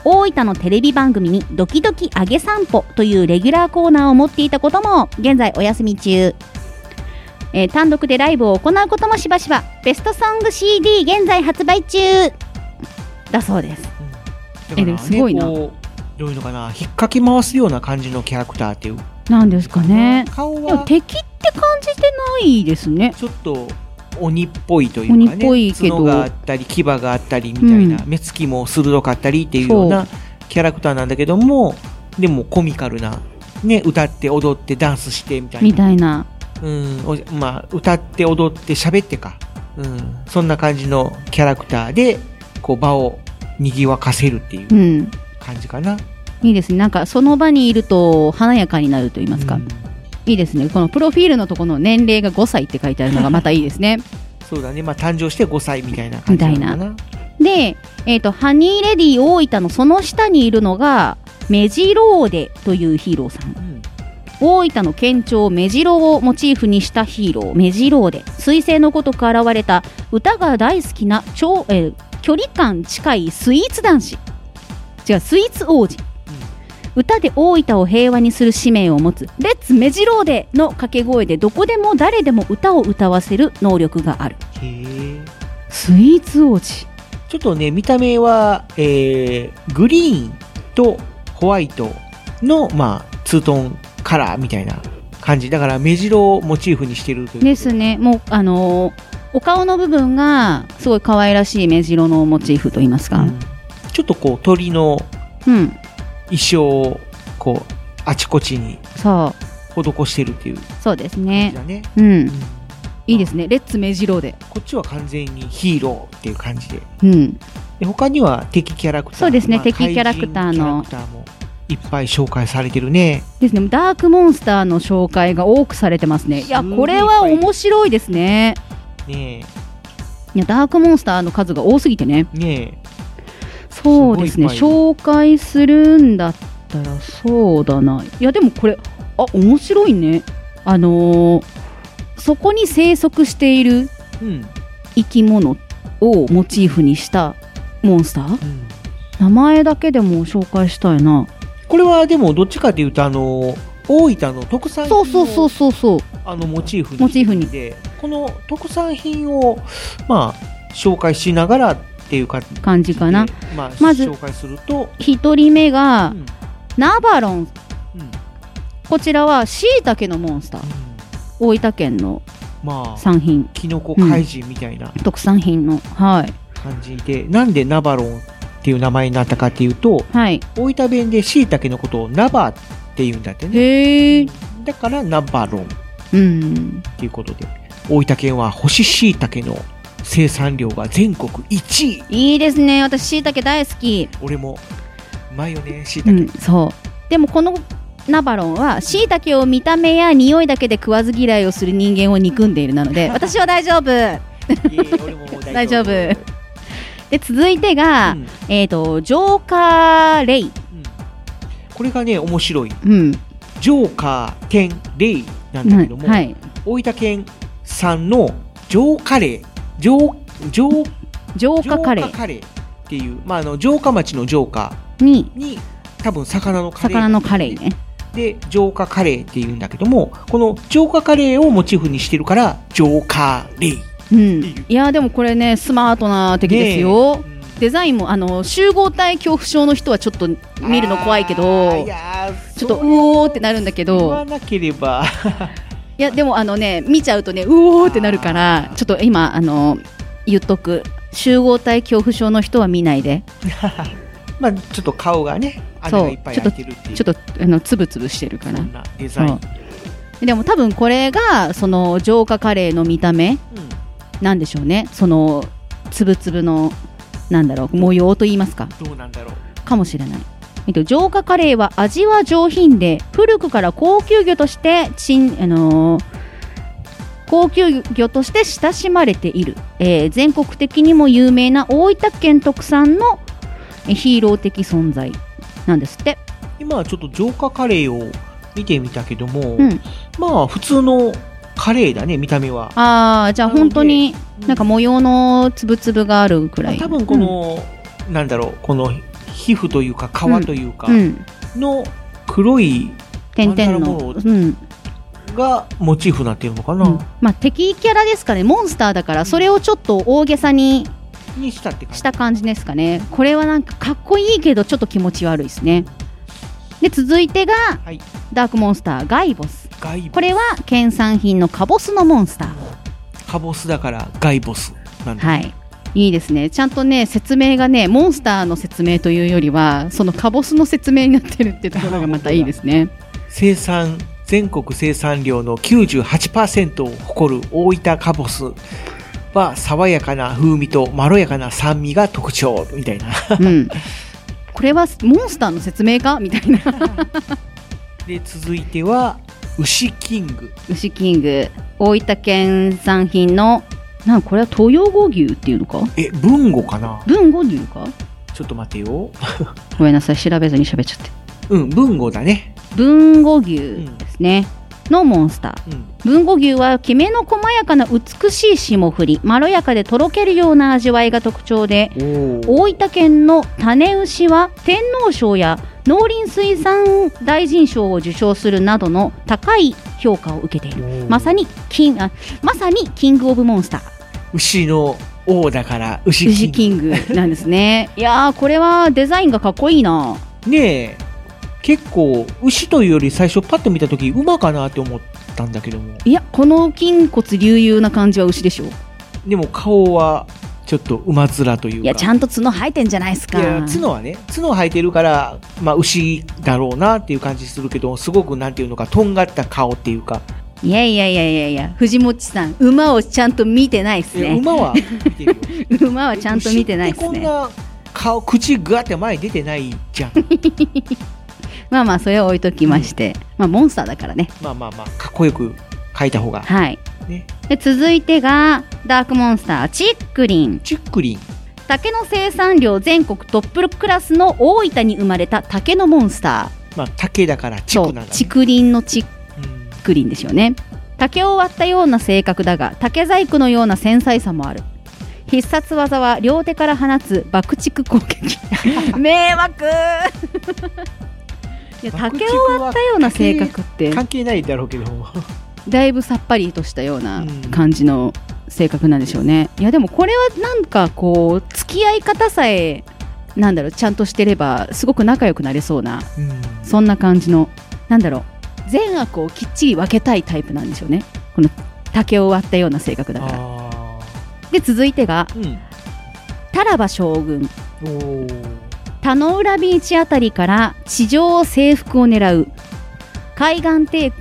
Speaker 2: 大分のテレビ番組に「ドキドキあげ散歩」というレギュラーコーナーを持っていたことも現在お休み中、えー単独でライブを行うこともしばしばベストソング CD 現在発売中だそうです
Speaker 4: だからね
Speaker 2: えすごいな
Speaker 4: こうどういうのかな引っかき回すような感じのキャラクターっていう
Speaker 2: なんですかね
Speaker 4: 顔
Speaker 2: でも
Speaker 4: は
Speaker 2: 敵って感じてないですね
Speaker 4: ちょっと鬼っぽいというかね
Speaker 2: 鬼っぽいけど
Speaker 4: 角があったり牙があったりみたいな、
Speaker 2: う
Speaker 4: 目つきも鋭かったりっていうようなキャラクターなんだけどもでもコミカルな、ね、歌って踊ってダンスしてみたいな
Speaker 2: みたいな
Speaker 4: うんおまあ、歌って踊って喋ってか、うん、そんな感じのキャラクターでこう場を賑わかせるっていう
Speaker 2: うん
Speaker 4: 感じかな。
Speaker 2: いいですねなんかその場にいると華やかになると言いますか、
Speaker 4: うん
Speaker 2: いいですね。このプロフィールのところの年齢が5歳って書いてあるのがまたいいですね。
Speaker 4: そうだね、まあ、誕生して5歳みたいな感じなのかな。
Speaker 2: で、で、えっ、と、ハニーレディ大分のその下にいるのが、メジローデというヒーローさん。大分の県庁メジロをモチーフにしたヒーローメジローで彗星のごとく現れた歌が大好きな超、えー距離感近いスイーツ男子違うスイーツ王子、歌で大分を平和にする使命を持つ「レッツメジローデ」の掛け声でどこでも誰でも歌を歌わせる能力がある
Speaker 4: へえ
Speaker 2: スイーツ王子
Speaker 4: ちょっとね見た目は、えー、グリーンとホワイトの、まあ、ツートンカラーみたいな感じだから目白をモチーフにしてるという
Speaker 2: ですねもうあのーお顔の部分がすごい可愛らしいメジロのモチーフといいますか、
Speaker 4: ちょっとこう鳥の
Speaker 2: うん、
Speaker 4: 衣装をこうあちこちに
Speaker 2: そう
Speaker 4: 施してるっていう
Speaker 2: そうですね
Speaker 4: だ。ね
Speaker 2: うん。いいですね。レッツメジローで。
Speaker 4: こっちは完全にヒーローっていう感じで
Speaker 2: うん。
Speaker 4: で他には敵キャラクター
Speaker 2: そうですね
Speaker 4: まあ
Speaker 2: 敵キャラクター
Speaker 4: 怪
Speaker 2: の
Speaker 4: 人キャラクターもいっぱい紹介されてるね
Speaker 2: ですね。ダークモンスターの紹介が多くされてますね。いや、
Speaker 4: すごい
Speaker 2: これは面白いですね。
Speaker 4: ね
Speaker 2: いや、ダークモンスターの数が多すぎてね。
Speaker 4: えね
Speaker 2: そうですね。
Speaker 4: すご
Speaker 2: 紹介するんだったら、そうだな。いや、でもこれ、あ、面白いね。あのーそこに生息している
Speaker 4: えうん
Speaker 2: 生き物をモチーフにしたモンスター
Speaker 4: うん
Speaker 2: 名前だけでも紹介したいな。
Speaker 4: これはでもどっちかというとあの大分の特産品
Speaker 2: そ
Speaker 4: を
Speaker 2: うそうそうそうそう。
Speaker 4: あのモチーフに
Speaker 2: モチーフに
Speaker 4: でこの特産品をまあ紹介しながらっていう感じで
Speaker 2: 感じかな。
Speaker 4: まあ、
Speaker 2: まず
Speaker 4: 紹介すると、
Speaker 2: 一人目
Speaker 4: う
Speaker 2: が
Speaker 4: ん
Speaker 2: ナバロン
Speaker 4: うんうん
Speaker 2: こちらはしいたけのモンスター大分県の
Speaker 4: まあ
Speaker 2: 産品
Speaker 4: キノコ怪人みたいな
Speaker 2: 特産品のはい
Speaker 4: 感じで、なんでナバロンっていう名前になったかっていうと
Speaker 2: はい
Speaker 4: 大分弁でしいたけのことをナバっていうんだってね
Speaker 2: へえ
Speaker 4: だからナバロンっ
Speaker 2: うん
Speaker 4: ていうことで大分県は干ししいたけの生産量が全国1位
Speaker 2: いいですね私しいたけ大好き
Speaker 4: 俺もうまいよねしいた
Speaker 2: う
Speaker 4: け、
Speaker 2: んそうでもこのナバロンはしいたけを見た目や匂いだけで食わず嫌いをする人間を憎んでいるなの で私は大丈夫
Speaker 4: いえいえ俺も
Speaker 2: 大丈夫で続いてが、
Speaker 4: うん
Speaker 2: えっ、とジョーカーレイ
Speaker 4: これがね面白い
Speaker 2: うん
Speaker 4: ジョーカー兼レイなんだけども、
Speaker 2: はい
Speaker 4: 大分県産の浄カレー浄浄
Speaker 2: 浄
Speaker 4: 浄
Speaker 2: 化カレ
Speaker 4: 化
Speaker 2: ー
Speaker 4: カレーっていう、まあ、あの浄化町の浄化
Speaker 2: に
Speaker 4: に多分魚のカレー
Speaker 2: 魚のカレーね
Speaker 4: で浄化カレーっていうんだけどもこの浄化カレーをモチーフにしてるから浄化レイ、
Speaker 2: うん、いやでもこれねスマートな敵ですよ、デザインもあの集合体恐怖症の人はちょっと見るの怖いけ
Speaker 4: あー
Speaker 2: ど
Speaker 4: いやー
Speaker 2: ちょっとう
Speaker 4: それを
Speaker 2: おーってなるんだけ
Speaker 4: 言わ
Speaker 2: ど
Speaker 4: なければ
Speaker 2: いやでもあのね見ちゃうとねうおーってなるから
Speaker 4: あー
Speaker 2: ちょっと今あの言っとく集合体恐怖症の人は見ないで
Speaker 4: まあちょっと顔がね穴がいっぱい開いてるっていう
Speaker 2: ちょっとあのつぶつぶしてるか
Speaker 4: そ
Speaker 2: ら
Speaker 4: んなデザイン、
Speaker 2: そうでも多分これがその浄化カレーの見た目
Speaker 4: うん
Speaker 2: なんでしょうねそのつぶつぶのなんだろう模様と言いますか
Speaker 4: どうなんだろう。
Speaker 2: かもしれない。えっと、浄化カレーは味は上品で古くから高級魚としてちん、あのー高級魚として親しまれている、えー全国的にも有名な大分県特産のえーヒーロー的存在なんですって。
Speaker 4: 今はちょっと浄化カレーを見てみたけども、
Speaker 2: うん
Speaker 4: まあ普通のカレーだね見た目は。
Speaker 2: ああじゃあ本当に
Speaker 4: うん
Speaker 2: なんか模様のつぶつぶがあるくらい。
Speaker 4: 多分この、なんだろうこの皮膚というか皮というか
Speaker 2: うん、うん、
Speaker 4: の黒い
Speaker 2: 点
Speaker 4: な
Speaker 2: 々の、
Speaker 4: んだろう
Speaker 2: うん
Speaker 4: がモチーフになってるのか
Speaker 2: うん
Speaker 4: な、
Speaker 2: まあ、敵キャラですかねモンスターだからそれをちょっと大げさに
Speaker 4: にしたって感じ。
Speaker 2: した感じですかねこれはなんかかっこいいけどちょっと気持ち悪いですねで続いてが、
Speaker 4: い
Speaker 2: ダークモンスターガイボス
Speaker 4: ガイボス
Speaker 2: これは県産品のカボスのモンスター
Speaker 4: カボスだからガイボスなんだ。
Speaker 2: はいいいですねちゃんとね説明がねモンスターの説明というよりはそのカボスの説明になってるっていうところがまたいいですね
Speaker 4: 生産全国生産量の98%を誇る大分カボスは爽やかな風味とまろやかな酸味が特徴みたいな。
Speaker 2: うんこれはモンスターの説明かみたいな
Speaker 4: で続いては牛キング
Speaker 2: 牛キング大分県産品のなんこれは東洋合牛っていうのか
Speaker 4: え、文語かな
Speaker 2: 文語牛か
Speaker 4: ちょっと待てよ。
Speaker 2: ごめんなさい調べずに喋っちゃって
Speaker 4: うん、文語だね。
Speaker 2: 文語牛ですね、のモンスター
Speaker 4: うん。
Speaker 2: 文語牛はきめの細やかな美しい霜降りまろやかでとろけるような味わいが特徴で
Speaker 4: おお。
Speaker 2: 大分県の種牛は天皇賞や農林水産大臣賞を受賞するなどの高い評価を受けているまさにキンあまさにキング・オブ・モンスター
Speaker 4: 牛の王だから、牛
Speaker 2: 牛
Speaker 4: 金。
Speaker 2: キングなんです ねいやーこれはデザインがかっこいいな
Speaker 4: ねえ。結構、牛というより最初パッと見た時馬かなって思ったんだけども。
Speaker 2: いやこの筋骨隆々な感じは牛でしょ
Speaker 4: でも顔は、ちょっと馬面というか。
Speaker 2: いやちゃんと角生えてんじゃないですか
Speaker 4: いや角はね角生えてるから、まあ、牛だろうなっていう感じするけどすごくなんていうのかとんがった顔っていうか、
Speaker 2: いやいやいやいやいや藤本さん馬をちゃんと見てないです
Speaker 4: いや
Speaker 2: ね
Speaker 4: 馬は見てるよ
Speaker 2: 馬 はちゃんと見てないです
Speaker 4: 牛って
Speaker 2: ね
Speaker 4: こんな顔口ぐわって前に出てないじ ゃん
Speaker 2: まあまあそれは置いときまして、まあモンスターだからね
Speaker 4: まあまあまあかっこよく描いた方が
Speaker 2: はい、
Speaker 4: ね
Speaker 2: で続いてがダークモンスターチックリン
Speaker 4: チュックリン
Speaker 2: 竹の生産量全国トップクラスの大分に生まれた竹のモンスター
Speaker 4: まあ竹だからチ
Speaker 2: そ
Speaker 4: ク
Speaker 2: う
Speaker 4: なんだ、ね
Speaker 2: 竹林のチッ
Speaker 4: うん
Speaker 2: クリンですよね竹を割ったような性格だが竹細工のような繊細さもある必殺技は両手から放つ爆竹攻撃迷惑いや
Speaker 4: 爆竹
Speaker 2: 竹
Speaker 4: は
Speaker 2: を割ったような性格って
Speaker 4: 関係ないだろうけども
Speaker 2: だいぶさっぱりとしたよう
Speaker 4: う
Speaker 2: なん感じの性格なんでしょうね、いやでもこれはなんかこう付き合い方さえなんだろうちゃんとしてればすごく仲良くなれそうな
Speaker 4: うん
Speaker 2: そんな感じのなんだろう善悪をきっちり分けたいタイプなんでしょうねこの竹を割ったような性格だから
Speaker 4: あ
Speaker 2: で続いてが
Speaker 4: ーうん
Speaker 2: タラバ将軍
Speaker 4: おー
Speaker 2: 田野浦ビーチあたりから地上征服を狙う海岸帝ん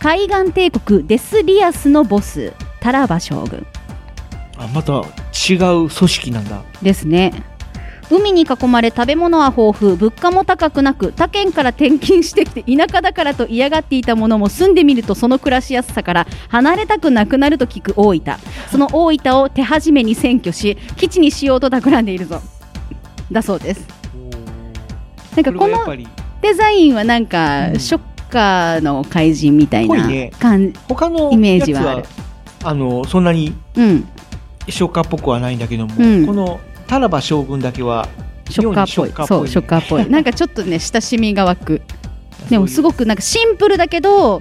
Speaker 2: 海岸帝国デスリアスのボスタラバ将軍
Speaker 4: あまた違う組織なんだ
Speaker 2: ですね海に囲まれ食べ物は豊富物価も高くなく他県から転勤してきて田舎だからと嫌がっていたものも住んでみるとその暮らしやすさから離れたくなくなると聞く大分その大分を手始めに占拠し基地にしようと企んでいるぞだそうですなんか
Speaker 4: こ
Speaker 2: こ
Speaker 4: れはやっぱ
Speaker 2: の
Speaker 4: り
Speaker 2: デザインはなんか、
Speaker 4: うん
Speaker 2: ショッカーの怪人みたい
Speaker 4: ぽい
Speaker 2: な
Speaker 4: ね
Speaker 2: 感じ、
Speaker 4: 他の
Speaker 2: イメージはある
Speaker 4: やつあのそんなに
Speaker 2: うん
Speaker 4: ショッカーっぽくはないんだけども、
Speaker 2: うん
Speaker 4: このタラバ将軍だけは
Speaker 2: ショッカー
Speaker 4: 妙
Speaker 2: っぽい
Speaker 4: にショッカーっぽいね
Speaker 2: そうショッカーっぽいなんかちょっとね親しみが湧くでもす
Speaker 4: く、
Speaker 2: ごくなんかシンプルだけど、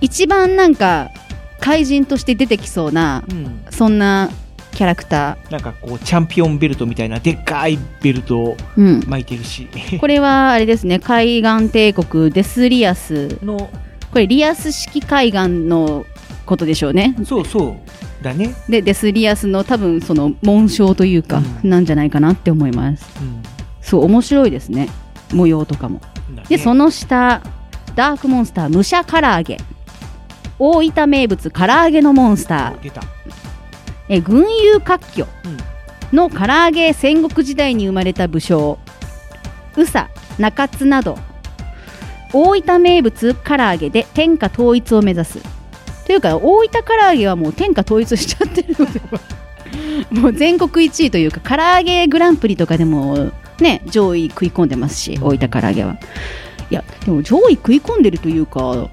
Speaker 2: 一番なんか怪人として出てきそうな
Speaker 4: うんうん
Speaker 2: そんなキャラクタ
Speaker 4: なんかこうチャンピオンベルトみたいなでっかいベルトを
Speaker 2: ー、うん、
Speaker 4: 巻いてるし
Speaker 2: これはあれですね海岸帝国デスリアス
Speaker 4: の
Speaker 2: これリアス式海岸のことでしょうね
Speaker 4: そうそうだね、
Speaker 2: でデスリアスの多分その紋章というか、
Speaker 4: うん
Speaker 2: なんじゃないかなって思います
Speaker 4: うん
Speaker 2: そう面白いですね模様とかも
Speaker 4: だね
Speaker 2: でその下ダークモンスター武者唐揚げ大分名物唐揚げのモンスター
Speaker 4: 出た
Speaker 2: え群雄割拠の唐揚げ戦国時代に生まれた武将宇佐中津など大分名物唐揚げで天下統一を目指すというか大分唐揚げはもう天下統一しちゃってるので もう全国1位というか唐揚げグランプリとかでもね上位食い込んでますし大分唐揚げはいやでも上位食い込んでるというか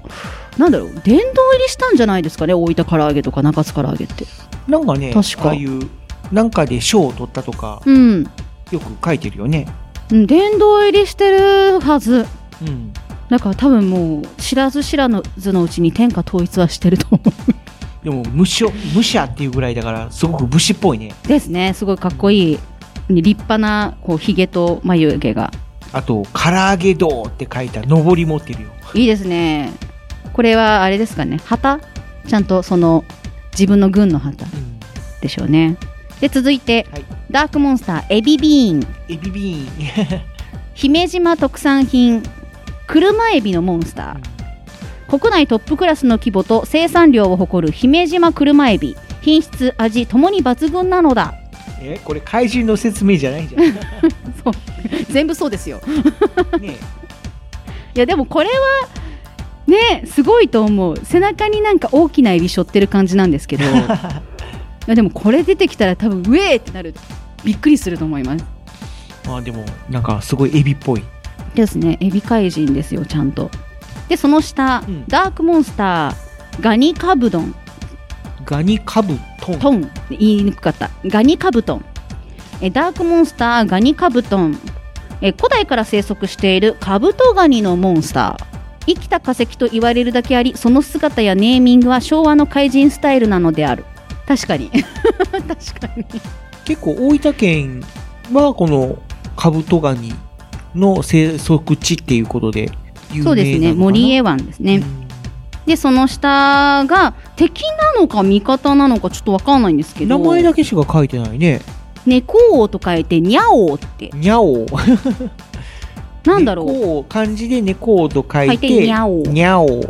Speaker 2: なんだろう殿堂入りしたんじゃないですかね大分唐揚げとか中津唐揚げって
Speaker 4: なんかね
Speaker 2: 確か
Speaker 4: ああいうなんかで賞を取ったとか
Speaker 2: うん
Speaker 4: よく書いてるよね、
Speaker 2: うん殿堂入りしてるはず
Speaker 4: うん、
Speaker 2: だから多分もう知らず知らずのうちに天下統一はしてると思
Speaker 4: でも武将武者っていうぐらいだからすごく武士っぽいね
Speaker 2: うですねすごいかっこいい立派なこうひげと眉毛が
Speaker 4: あと「唐揚げ堂」って書いた上り持ってるよ
Speaker 2: いいですねこれはあれですかね旗ちゃんとその自分の軍の旗
Speaker 4: うん
Speaker 2: でしょうねで続いて、
Speaker 4: はい
Speaker 2: ダークモンスターエビビーン
Speaker 4: エビビーン
Speaker 2: 姫島特産品車エビのモンスター、国内トップクラスの規模と生産量を誇る姫島車エビ品質味ともに抜群なのだ
Speaker 4: えこれ怪人の説明じゃないじゃんね
Speaker 2: 全部そうですよ
Speaker 4: え
Speaker 2: いやでもこれは ねすごいと思う背中になんか大きなエビ背負ってる感じなんですけどやでもこれ出てきたら多分ウェーってなるびっくりすると思います
Speaker 4: まあでもなんかすごいエビっぽい
Speaker 2: ですねエビ怪人ですよちゃんとでその下、
Speaker 4: うん
Speaker 2: ダークモンスターガニカブドン
Speaker 4: ガニカブトン
Speaker 2: トン言いにくかったガニカブトンえダークモンスターガニカブトンえ古代から生息しているカブトガニのモンスター生きた化石と言われるだけありその姿やネーミングは昭和の怪人スタイルなのである確かに 確かに
Speaker 4: 結構大分県はこのカブトガニの生息地っていうことで有名なのかな
Speaker 2: そうですね森江湾ですね、でその下が敵なのか味方なのかちょっとわかんないんです
Speaker 4: う
Speaker 2: け
Speaker 4: ん
Speaker 2: ど
Speaker 4: 名前だけしか書いてないね
Speaker 2: 猫王と書いてニャオって
Speaker 4: にゃお
Speaker 2: なんだろう
Speaker 4: 猫を漢字で猫をと書
Speaker 2: 書
Speaker 4: い
Speaker 2: い
Speaker 4: て
Speaker 2: てニャオ
Speaker 4: にゃお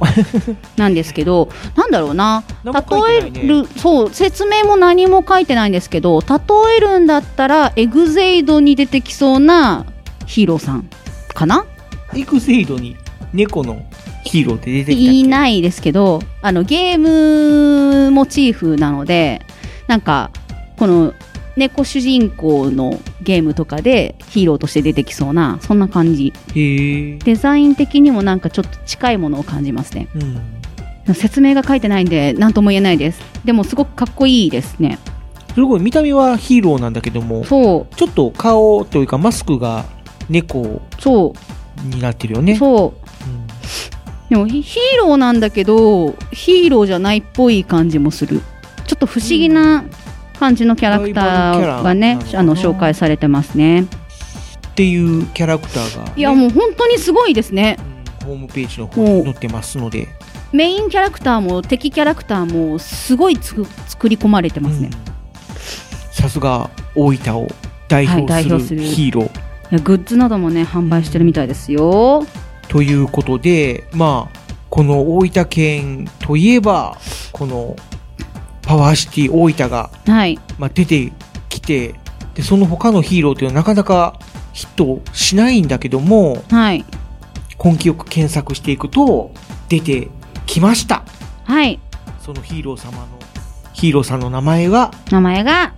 Speaker 2: なんですけどなんだろうな
Speaker 4: 何も書いてないね
Speaker 2: 例えるそう説明も何も書いてないんですけど例えるんだったらエグゼイドに出てきそうなヒーローさんかな
Speaker 4: エクセイドに猫のヒーローって出てきたっけ
Speaker 2: いないですけどあのゲームモチーフなのでなんかこの猫主人公のゲームとかでヒーローとして出てきそうなそんな感じ
Speaker 4: へえ
Speaker 2: デザイン的にもなんかちょっと近いものを感じますね
Speaker 4: うん
Speaker 2: 説明が書いてないんで何とも言えないですでもすごくかっこいいですね
Speaker 4: すごい見た目はヒーローなんだけども
Speaker 2: そ
Speaker 4: ちょっと顔というかマスクが猫
Speaker 2: うそ
Speaker 4: になってるよ
Speaker 2: う
Speaker 4: ね
Speaker 2: そ
Speaker 4: うん
Speaker 2: うでもヒヒーローなんだけどヒーローじゃないっぽい感じもするちょっと不思議な感じのキャラクターが
Speaker 4: ライ
Speaker 2: ね
Speaker 4: バルキャラ
Speaker 2: あ
Speaker 4: なの
Speaker 2: の
Speaker 4: かな
Speaker 2: 紹介されてますね
Speaker 4: っていうキャラクターがね、
Speaker 2: いやもう本当にすごいですね
Speaker 4: うんホームページの方に載ってますので、
Speaker 2: メインキャラクターも敵キャラクターもすごいつく作り込まれてますね、
Speaker 4: うんさすが大分を代
Speaker 2: はい代
Speaker 4: 表
Speaker 2: 表
Speaker 4: す
Speaker 2: す
Speaker 4: る
Speaker 2: る
Speaker 4: ヒーロー
Speaker 2: いやグッズなどもね販売してるみたいですよ
Speaker 4: ということで、まあ、この大分県といえば、このパワーシティ大分が、
Speaker 2: はい
Speaker 4: まあ、出てきてで、その他のヒーローというのはなかなかヒットしないんだけども、
Speaker 2: はい
Speaker 4: 根気よく検索していくと、出てきました。
Speaker 2: はい
Speaker 4: そのヒーロー様の、ヒーローさんの名前は、
Speaker 2: 名前が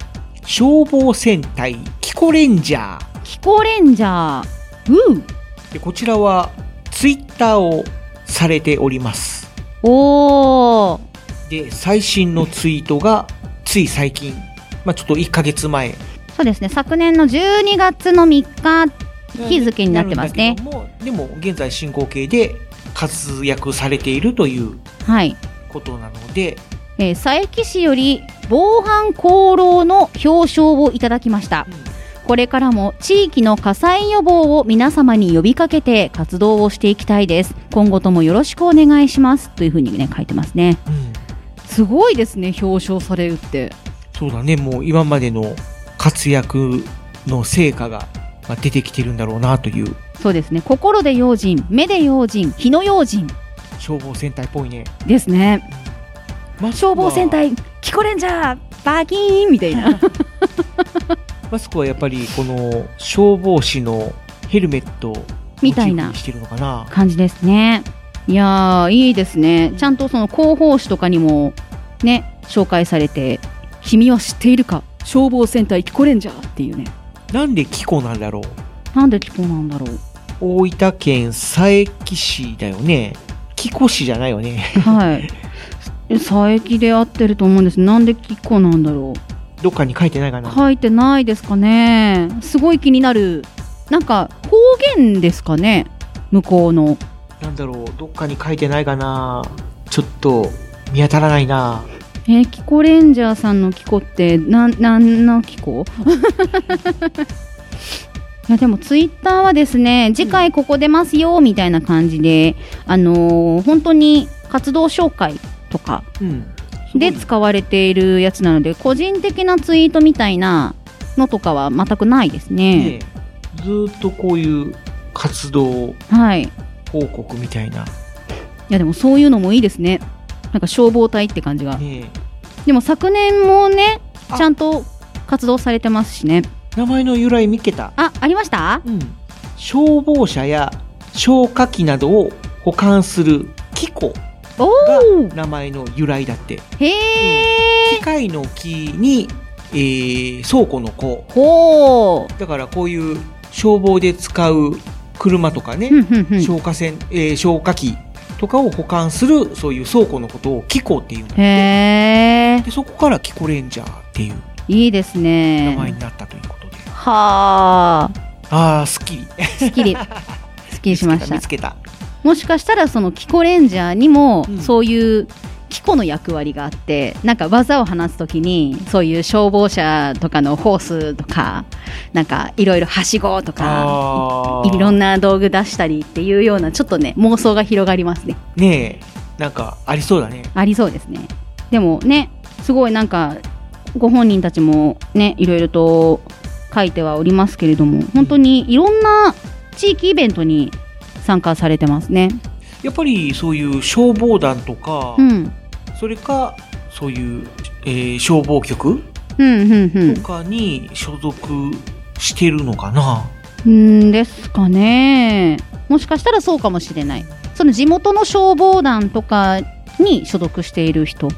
Speaker 4: 消防戦隊キコレンジャー。
Speaker 2: キコレンジャーうー
Speaker 4: でこちらはツイッターをされております
Speaker 2: おー
Speaker 4: で最新のツイートがつい最近、まあ、ちょっと1ヶ月前
Speaker 2: そうですね昨年の12月の3日日付になってますね
Speaker 4: なるんだけどもでも現在進行形で活躍されているという
Speaker 2: はい、
Speaker 4: ことなので
Speaker 2: えー佐伯市より防犯功労の表彰をいただきましたこれからも地域の火災予防を皆様に呼びかけて活動をしていきたいです今後ともよろしくお願いしますというふうにね書いてますね
Speaker 4: うん、うん
Speaker 2: すごいですね表彰されるって
Speaker 4: そうだねもう今までの活躍の成果がまあ出てきてるんだろうなという
Speaker 2: そうですね心で用心目で用心火の用心
Speaker 4: 消防戦隊っぽいね、
Speaker 2: ですね
Speaker 4: まあ
Speaker 2: 消防戦隊キコレンジャーバキーンみたいな
Speaker 4: マスクはやっぱりこの消防士のヘルメットを
Speaker 2: みたいな
Speaker 4: モチーフにしてるのかな。
Speaker 2: 感じですねいやーいいですねちゃんとその広報誌とかにもね紹介されて「君は知っているか消防戦隊キコレンジャー」っていうね
Speaker 4: なんでキコなんだろう。
Speaker 2: なんでキコなんだろう
Speaker 4: 大分県佐伯市だよね。キコ市じゃないよね。
Speaker 2: はい え佐伯で合ってると思うんですなんでキコなんだろう
Speaker 4: どっかに書いてないかな。
Speaker 2: 書いてないですかねすごい気になるなんか方言ですかね向こうの
Speaker 4: なんだろう。どっかに書いてないかな。ちょっと見当たらないな。
Speaker 2: えーキコレンジャーさんのキコってなんなんのキコ いやでもツイッターはですね次回ここ出ますよみたいな感じで、あのー本当に活動紹介とか
Speaker 4: うん。
Speaker 2: で使われているやつなので個人的なツイートみたいなのとかは全くないです
Speaker 4: ね
Speaker 2: ね。
Speaker 4: ずーっとこういう活動
Speaker 2: はい、い
Speaker 4: 報告みたいな。
Speaker 2: やでもそういうのもいいですねなんか消防隊って感じが
Speaker 4: ね
Speaker 2: でも昨年もね
Speaker 4: あ
Speaker 2: ちゃんと活動されてますしね
Speaker 4: 名前の由来見っけた。
Speaker 2: あありました
Speaker 4: うん、消防車や消火器などを保管する機構
Speaker 2: おお
Speaker 4: 名前の由来だって
Speaker 2: へ
Speaker 4: 機械の木に、えー倉庫の庫
Speaker 2: ほ
Speaker 4: だからこういう消防で使う車とかね、
Speaker 2: う。うんうんうん。
Speaker 4: 消火栓、えー消火器とかを保管するそういう倉庫のことを機構っていうんだって
Speaker 2: へえ。
Speaker 4: でそこからキコレンジャーっていう
Speaker 2: いいです
Speaker 4: 名前
Speaker 2: ね。
Speaker 4: になったということで、
Speaker 2: はあ。
Speaker 4: ああすっきり
Speaker 2: すっきり。すっきりしました
Speaker 4: 見。つけた
Speaker 2: もしかしたらそのキコレンジャーにも
Speaker 4: うん
Speaker 2: そういうキコの役割があってなんか技を放つときにそういう消防車とかのホースとかなんかいろいろはしごとか
Speaker 4: あ
Speaker 2: いろん
Speaker 4: な
Speaker 2: な道具出したりっていうようなちょっとね妄想が広がりますね
Speaker 4: ねえなんかありそうだね
Speaker 2: ありそうですねでもねすごいなんかご本人たちもねいろいろと書いてはおりますけれども本当にいろんな地域イベントに参加されてますね
Speaker 4: やっぱりそういう消防団とか、
Speaker 2: うん
Speaker 4: それかそういう、えー消防局
Speaker 2: うんうんうん
Speaker 4: とかに所属してるのかな、
Speaker 2: うんですかねもしかしたらそうかもしれないその地元の消防団とかに所属している人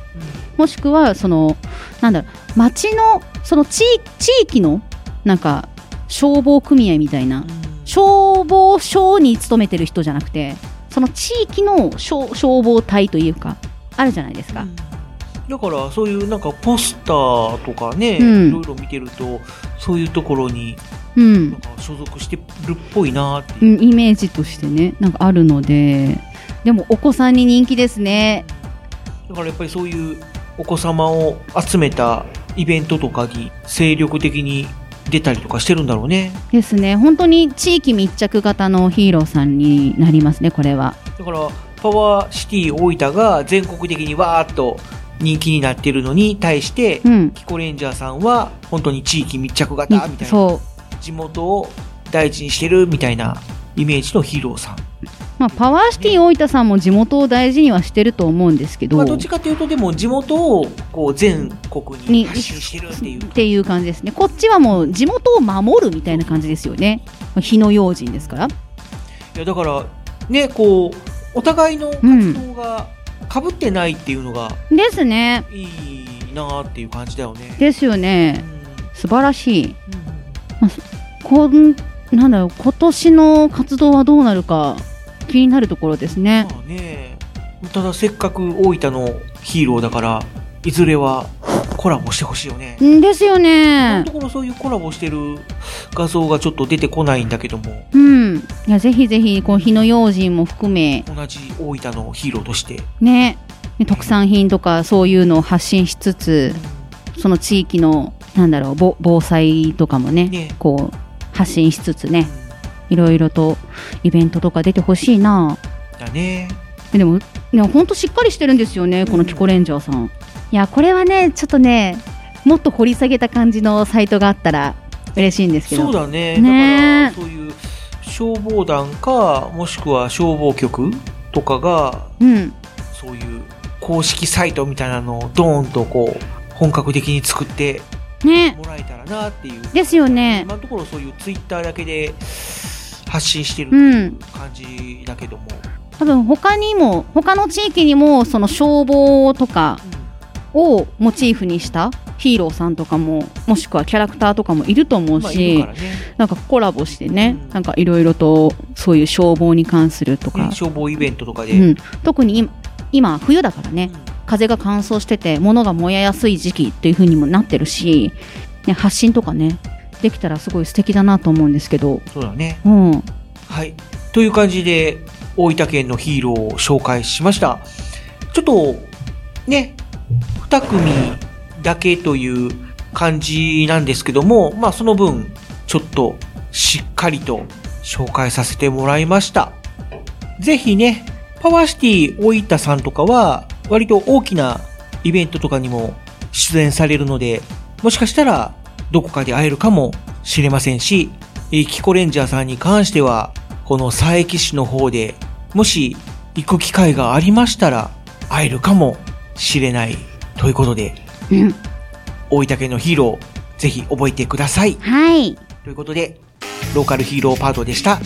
Speaker 2: もしくはそのなんだろう町のその地地域のなんか消防組合みたいな消防署に勤めてる人じゃなくてその地域の消消防隊というかあるじゃないですか、
Speaker 4: だからそういうなんかポスターとかね、
Speaker 2: うん
Speaker 4: いろいろ見てるとそういうところに
Speaker 2: うん
Speaker 4: なんか所属してるっぽいなって
Speaker 2: う、
Speaker 4: いうん
Speaker 2: イメージとしてねなんかあるのででもお子さんに人気ですね
Speaker 4: だからやっぱりそういうお子様を集めたイベントとかに精力的に出たりとかしてるんだろうね
Speaker 2: ですね本当に地域密着型のヒーローさんになりますねこれは
Speaker 4: だからパワーシティ大分が全国的にわーっと人気になってるのに対して、
Speaker 2: うん
Speaker 4: キコレンジャーさんは本当に地域密着型みたいな
Speaker 2: そ
Speaker 4: 地元を大事にしてるみたいなイメージのヒーローさん、
Speaker 2: う、まあ、パワーシティ大分さんも地元を大事にはしてると思うんですけど,、
Speaker 4: まあ、どっちかというとでも地元をこう全国に
Speaker 2: に
Speaker 4: 発信してるっていう
Speaker 2: っていう感じですねこっちはもう地元を守るみたいな感じですよねまあ火の用心ですから
Speaker 4: いやだからねこうお互いの活動がかぶってないっていうのが
Speaker 2: ですね
Speaker 4: いいなーっていう感じだよね。
Speaker 2: ですよね
Speaker 4: う
Speaker 2: 素晴らしい
Speaker 4: んうん
Speaker 2: こんなんだろう今年の活動はどうなるか気になるところですね
Speaker 4: まあね、ただせっかく大分のヒーローだからいずれはコラボしてほしいよね。
Speaker 2: んですよ
Speaker 4: この
Speaker 2: ね
Speaker 4: ところそういうコラボしてる画像がちょっと出てこないんだけども
Speaker 2: うんいやぜひぜひこう火の用心も含め
Speaker 4: 同じ大分のヒーローとして、
Speaker 2: ねね特産品とかそういうのを発信しつつその地域のなんだろうぼ防災とかもね
Speaker 4: ね
Speaker 2: こう発信しつつねいろいろとイベントとか出てほしいな
Speaker 4: だね
Speaker 2: えでもいやほんとしっかりしてるんですよねこのキコレンジャーさん、いやこれはねちょっとねもっと掘り下げた感じのサイトがあったら嬉しいんですけど
Speaker 4: そうだね
Speaker 2: ね
Speaker 4: だからそういう消防団かもしくは消防局とかが
Speaker 2: うん
Speaker 4: そういう公式サイトみたいなのをドーンとこう本格的に作って
Speaker 2: ね
Speaker 4: もらえたらなっていう
Speaker 2: ですよね
Speaker 4: 今のところそういうツイッターだけで発信してるっていう感じだけども、
Speaker 2: 多分他にも他の地域にもその消防とかをモチーフにしたヒーローさんとかももしくはキャラクターとかもいると思う
Speaker 4: まあいる
Speaker 2: し
Speaker 4: からね
Speaker 2: なんかコラボしてね、
Speaker 4: うん
Speaker 2: なんかいろいろとそういう消防に関すると
Speaker 4: ね
Speaker 2: か、
Speaker 4: 消防イベントとかで、
Speaker 2: うん、特に今今冬だからね
Speaker 4: うん
Speaker 2: 風が乾燥してて物が燃えやすい時期っていう風にもなってるし、ね、発信とかねできたらすごい素敵だなと思うんですけど、
Speaker 4: そうだね
Speaker 2: うん、
Speaker 4: はいという感じで大分県のヒーローを紹介しましたちょっとね2組だけという感じなんですけどもまあその分ちょっとしっかりと紹介させてもらいましたぜひね、パワーシティ大分さんとかは、割と大きなイベントとかにも出演されるので、もしかしたら、どこかで会えるかもしれませんし、えーキコレンジャーさんに関しては、この佐伯市の方で、もし行く機会がありましたら、会えるかもしれないということで、
Speaker 2: うん
Speaker 4: 大分県のヒーロー、ぜひ覚えてください。
Speaker 2: はい
Speaker 4: ということで、ローカルヒーローパートでした。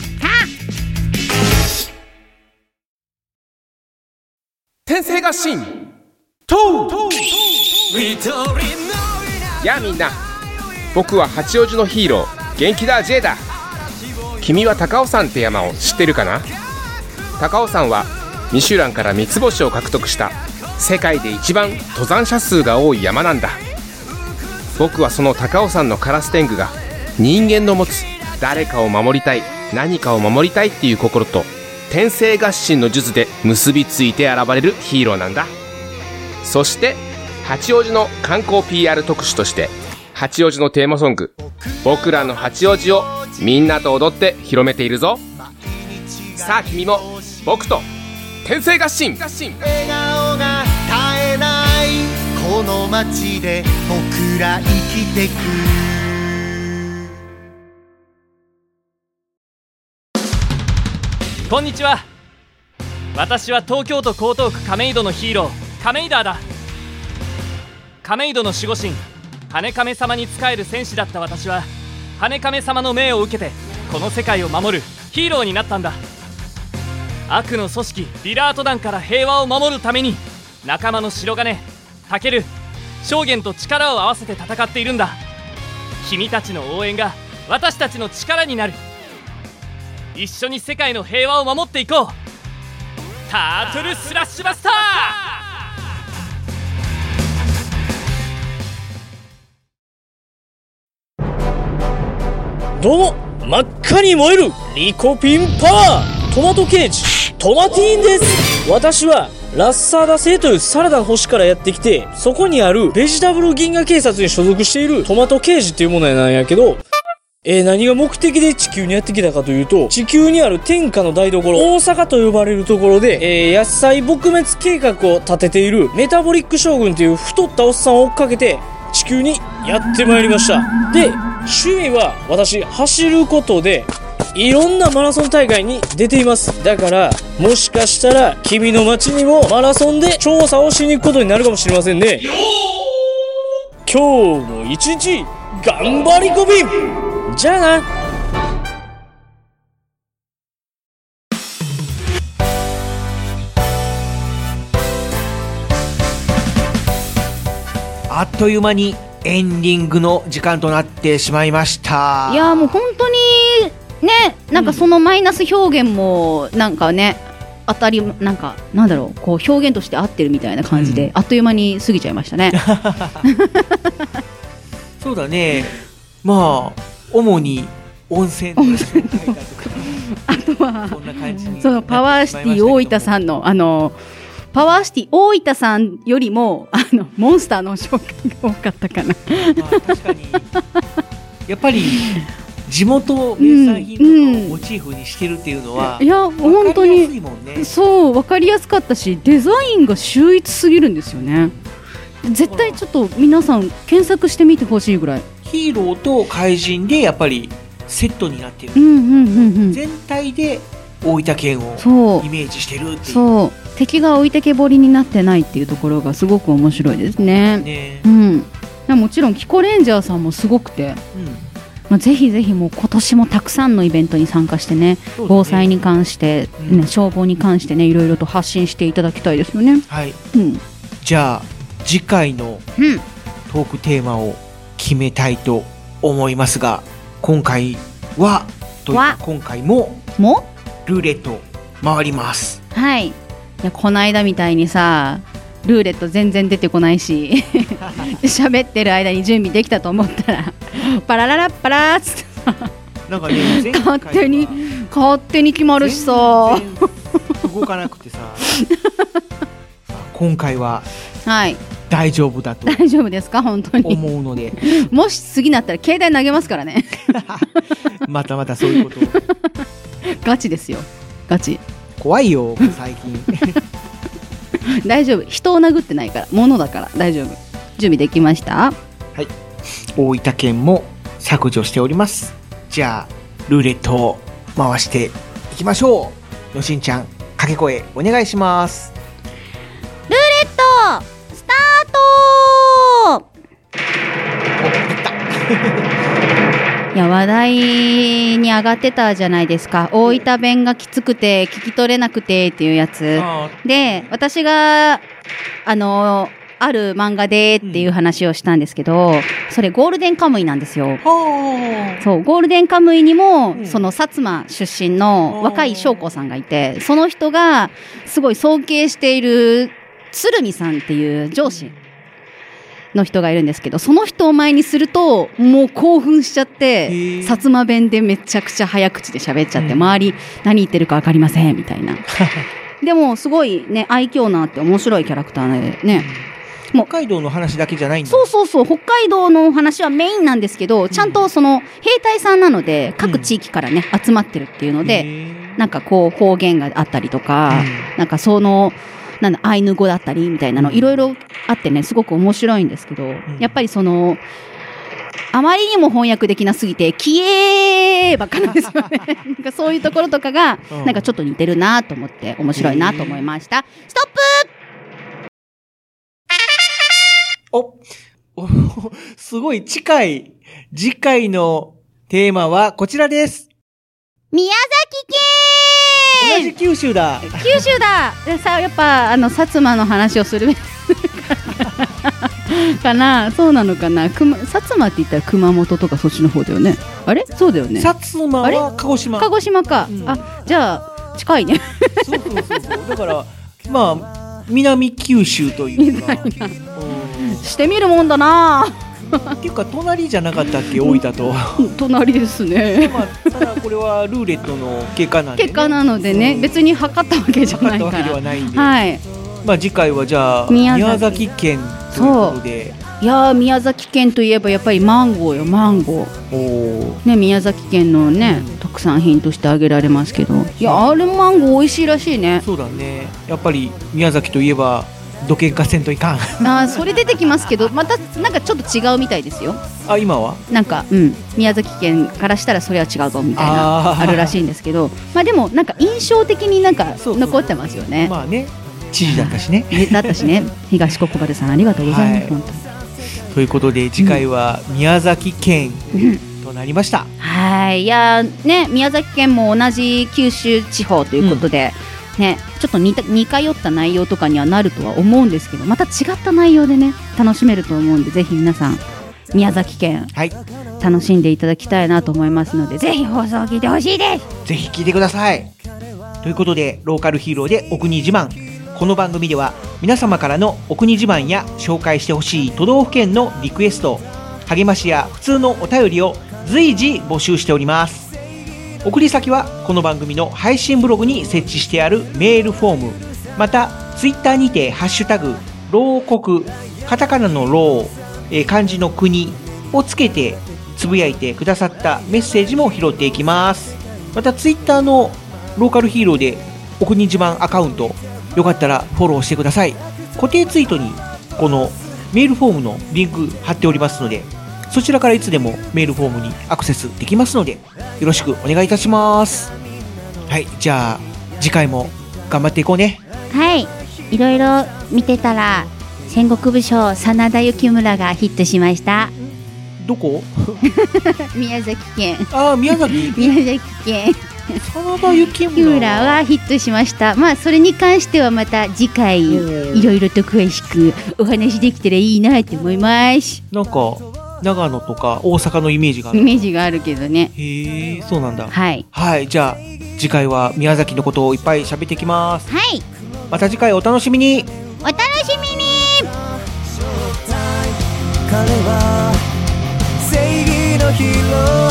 Speaker 11: 天性合心とう
Speaker 9: やあみんな僕は八王子のヒーロー元気だ J だ君は高尾山って山を知ってるかな高尾山はミシュランから三つ星を獲得した世界で一番登山者数が多い山なんだ僕はその高尾山のカラス天狗が人間の持つ誰かを守りたい何かを守りたいっていう心と天性合心の術で結びついて現れるヒーローなんだそして八王子の観光 PR 特集として八王子のテーマソング「僕らの八王子」をみんなと踊って広めているぞさあ君も僕と天性合心
Speaker 12: 笑顔が絶えないこの街で僕ら生きてく
Speaker 7: こんにちは私は東京都江東区亀戸のヒーロー亀井ダーだ亀戸の守護神羽亀様に仕える戦士だった私は羽亀様の命を受けてこの世界を守るヒーローになったんだ悪の組織ディラート団から平和を守るために仲間の白金タケル証言と力を合わせて戦っているんだ君たちの応援が私たちの力になる一緒に世界の平和を守っていこうタートルスラッシュバスター
Speaker 13: どうも真っ赤に燃えるリコピンパワートマトケージトマティーンです私はラッサーダ星というサラダの星からやってきてそこにあるベジタブル銀河警察に所属しているトマトケージっていうものなんやけどえー何が目的で地球にやってきたかというと、地球にある天下の台所、大阪と呼ばれるところで、えー野菜撲滅計画を立てているメタボリック将軍という太ったおっさんを追っかけて、地球にやってまいりました。で、趣味は私、走ることで、いろんなマラソン大会に出ています。だから、もしかしたら、君の街にもマラソンで調査をしに行くことになるかもしれませんね。今日も一日、頑張り込みじゃあな
Speaker 4: あっという間にエンディングの時間となってしまいました
Speaker 2: いやーもう本当にねなんかそのマイナス表現もなんかね当たりなんかなんだろうこう表現として合ってるみたいな感じで、あっという間に過ぎちゃいましたね
Speaker 4: そうだねまあ主に温泉の紹介だとか
Speaker 2: あとは
Speaker 4: そんな感じに
Speaker 2: そのパワーシティ大分さんのあのパワーシティ大分さんよりもあのモンスターの紹介が多かったかな
Speaker 4: やっぱり地元名産品とかをモチーフにしてるっていうのは、
Speaker 2: いや本当にそう分かりやすかったしデザインが秀逸すぎるんですよね絶対ちょっと皆さん検索してみてほしいぐらい
Speaker 4: ヒーローと怪人でやっぱりセットになってる、
Speaker 2: うんうんうんうん
Speaker 4: 全体で大分県を
Speaker 2: そう
Speaker 4: イメージしてるっていう
Speaker 2: そう敵が置いてけぼりになってないっていうところがすごく面白いですね
Speaker 4: ね
Speaker 2: うんでもちろんキコレンジャーさんもすごくて、まあ、ぜひぜひもう今年もたくさんのイベントに参加してね
Speaker 4: そうだね
Speaker 2: 防災に関して、ね消防に関してねいろいろと発信していただきたいですよね
Speaker 4: はい
Speaker 2: うん
Speaker 4: じゃあ次回の
Speaker 2: うん
Speaker 4: トークテーマを決めたいと思いますが今回はというか
Speaker 2: は
Speaker 4: 今回も
Speaker 2: も
Speaker 4: ルーレット回ります
Speaker 2: はいいやこの間みたいにさルーレット全然出てこな いし喋ってる間に準備できたと思ったらパラララッパラーっつって
Speaker 4: なんか ね前回は
Speaker 2: 勝手に勝手に決まるしさ
Speaker 4: 全然動かなくて さ今回は
Speaker 2: はい
Speaker 4: 大丈夫だと
Speaker 2: 大丈夫ですか本当に
Speaker 4: 思うの で
Speaker 2: もし次なったら携帯投げますからね
Speaker 4: またまたそういうことを
Speaker 2: ガチですよガチ
Speaker 4: 怖いよ最近
Speaker 2: 大丈夫人を殴ってないから物だから大丈夫準備できました
Speaker 4: 大分県も削除しておりますじゃあルーレットを回していきましょうのしんちゃん掛け声お願いします
Speaker 14: ルーレットスタート
Speaker 2: いや話題に上がってたじゃないですか大分弁がきつくて聞き取れなくてっていうやつで私があのある漫画でっていう話をしたんですけど、それゴールデンカムイなんですよ。そう、ゴールデンカムイにも、その薩摩出身の若い将校さんがいて、その人がすごい尊敬している鶴見さんっていう上司の人がいるんですけど、その人を前にすると、もう興奮しちゃって、薩摩弁でめちゃくちゃ早口で喋っちゃって、周り何言ってるかわかりません、みたい な。でも、すごいね、愛嬌のあって面白いキャラクターでね。
Speaker 4: 北海道の話だけじゃないんだ。
Speaker 2: そうそうそう、北海道の話はメインなんですけど、ちゃんとその兵隊さんなので、各地域からね、集まってるっていうので、なんかこう方言があったりとか、なんかその、なんだ、アイヌ語だったりみたいなの、いろいろあってね、すごく面白いんですけど、やっぱりその、あまりにも翻訳できなすぎて、消えばっかなんですよ ね。なんかそういうところとかが、
Speaker 15: うん
Speaker 2: なんかちょっと似てるなと思って、面白いなと思いました。ストップ
Speaker 4: すごい近い。次回のテーマはこちらです。
Speaker 15: 宮
Speaker 4: 同
Speaker 15: 崎県
Speaker 4: じ九州だ。
Speaker 2: 九州だでさやっぱあの薩摩の話をするべかなそうなのかな熊薩摩って言ったら熊本とかそっちの方だよねあれそうだよね
Speaker 4: 薩摩
Speaker 2: あれ
Speaker 4: は鹿児島。
Speaker 2: 鹿児島か、あじゃあ近いね
Speaker 4: だから、まあ、南九州というか。
Speaker 2: してみるもんだな
Speaker 4: っていうか、隣じゃなかったっけ、大分と。
Speaker 2: 隣ですね
Speaker 4: ただ、これはルーレットの結果なんで、
Speaker 2: 結果なのでね別に測ったわけじゃない
Speaker 4: た
Speaker 2: か
Speaker 4: わけでは
Speaker 2: ら
Speaker 4: ないんで。
Speaker 2: はい
Speaker 4: まあ、次回はじゃあ、
Speaker 2: 宮
Speaker 4: 宮
Speaker 2: 崎
Speaker 4: 崎県ということで。
Speaker 2: いやー宮崎県といえばやっぱりマンゴーよマンゴー
Speaker 4: お
Speaker 2: ね、宮崎県のね、特産たくさん品としてあげられますけどいやあれマンゴー美味しいらし いね
Speaker 4: そうだね。やっぱり、宮崎といえば、土建化せんとい かん。
Speaker 2: あーそれ出てきますけどまたなんかちょっと違うみたいですよ
Speaker 4: あ、今は
Speaker 2: なんか、うん、宮崎県からしたらそれは違うぞみたい
Speaker 4: あ
Speaker 2: な
Speaker 4: ー
Speaker 2: あるらしいんですけどまあでもなんか印象的になんか残ってますよね
Speaker 4: まあね知事だったしね。
Speaker 2: だったしね 東国原さんありがとうございます、本当に
Speaker 4: ということで、次回は宮崎県となりました。
Speaker 2: はいいやーね宮崎県も同じ九州地方ということで、ね、ちょっと似た似通った内容とかにはなるとは思うんですけどまた違った内容でね楽しめると思うんでぜひ皆さん宮崎県、楽しんでいただきたいなと思いますのでぜひ放送を聞いてほしいです
Speaker 4: ぜひ聞いてください。ということで、ローカルヒーローでお国自慢。この番組では皆様からのお国自慢や紹介してほしい都道府県のリクエスト、励ましや普通のお便りを随時募集しております。送り先はこの番組の配信ブログに設置してあるメールフォームまたツイッターにて「ハッシュタグ牢国」カタカナの牢、えー漢字の国をつけてつぶやいてくださったメッセージも拾っていきますまたツイッターのローカルヒーローでお国自慢アカウントよかったらフォローしてください固定ツイートにこのメールフォームのリンク貼っておりますのでそちらからいつでもメールフォームにアクセスできますのでよろしくお願いいたしますはいじゃあ次回も頑張っていこうね
Speaker 15: はいいろいろ見てたら戦国武将真田幸村がヒットしました
Speaker 4: どこ
Speaker 2: 宮崎県
Speaker 4: ああ宮崎
Speaker 2: 宮崎県
Speaker 4: 真田幸
Speaker 2: 村はヒットしましたまあそれに関してはまた次回いろいろと詳しくお話できたらいいなって思います
Speaker 4: なんか長野とか大阪のイメージがあ
Speaker 2: イ
Speaker 4: る
Speaker 2: メージがあるけどね
Speaker 4: へえそうなんだ
Speaker 2: はい
Speaker 4: はいじゃあ次回は宮崎のことをいっぱい喋っていきます
Speaker 15: はい
Speaker 4: また次回お楽しみに
Speaker 15: お楽しみに
Speaker 16: 彼は正義のヒーロー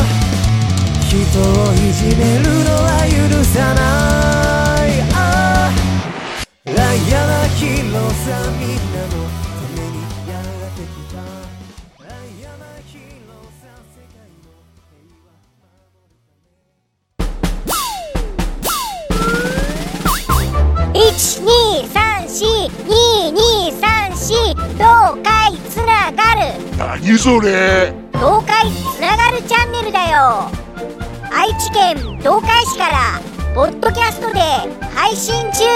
Speaker 16: 人をいじめるのは許さないああライアなヒーローさみんなのためにやってきたライアなヒーローさ世界
Speaker 3: 一二三四二二三四東海つながる
Speaker 17: 何それ
Speaker 3: 東海つながるチャンネルだよ愛知県東海市からポッドキャストで配信中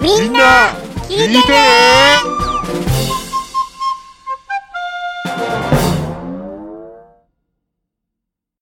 Speaker 3: みんな聞いてね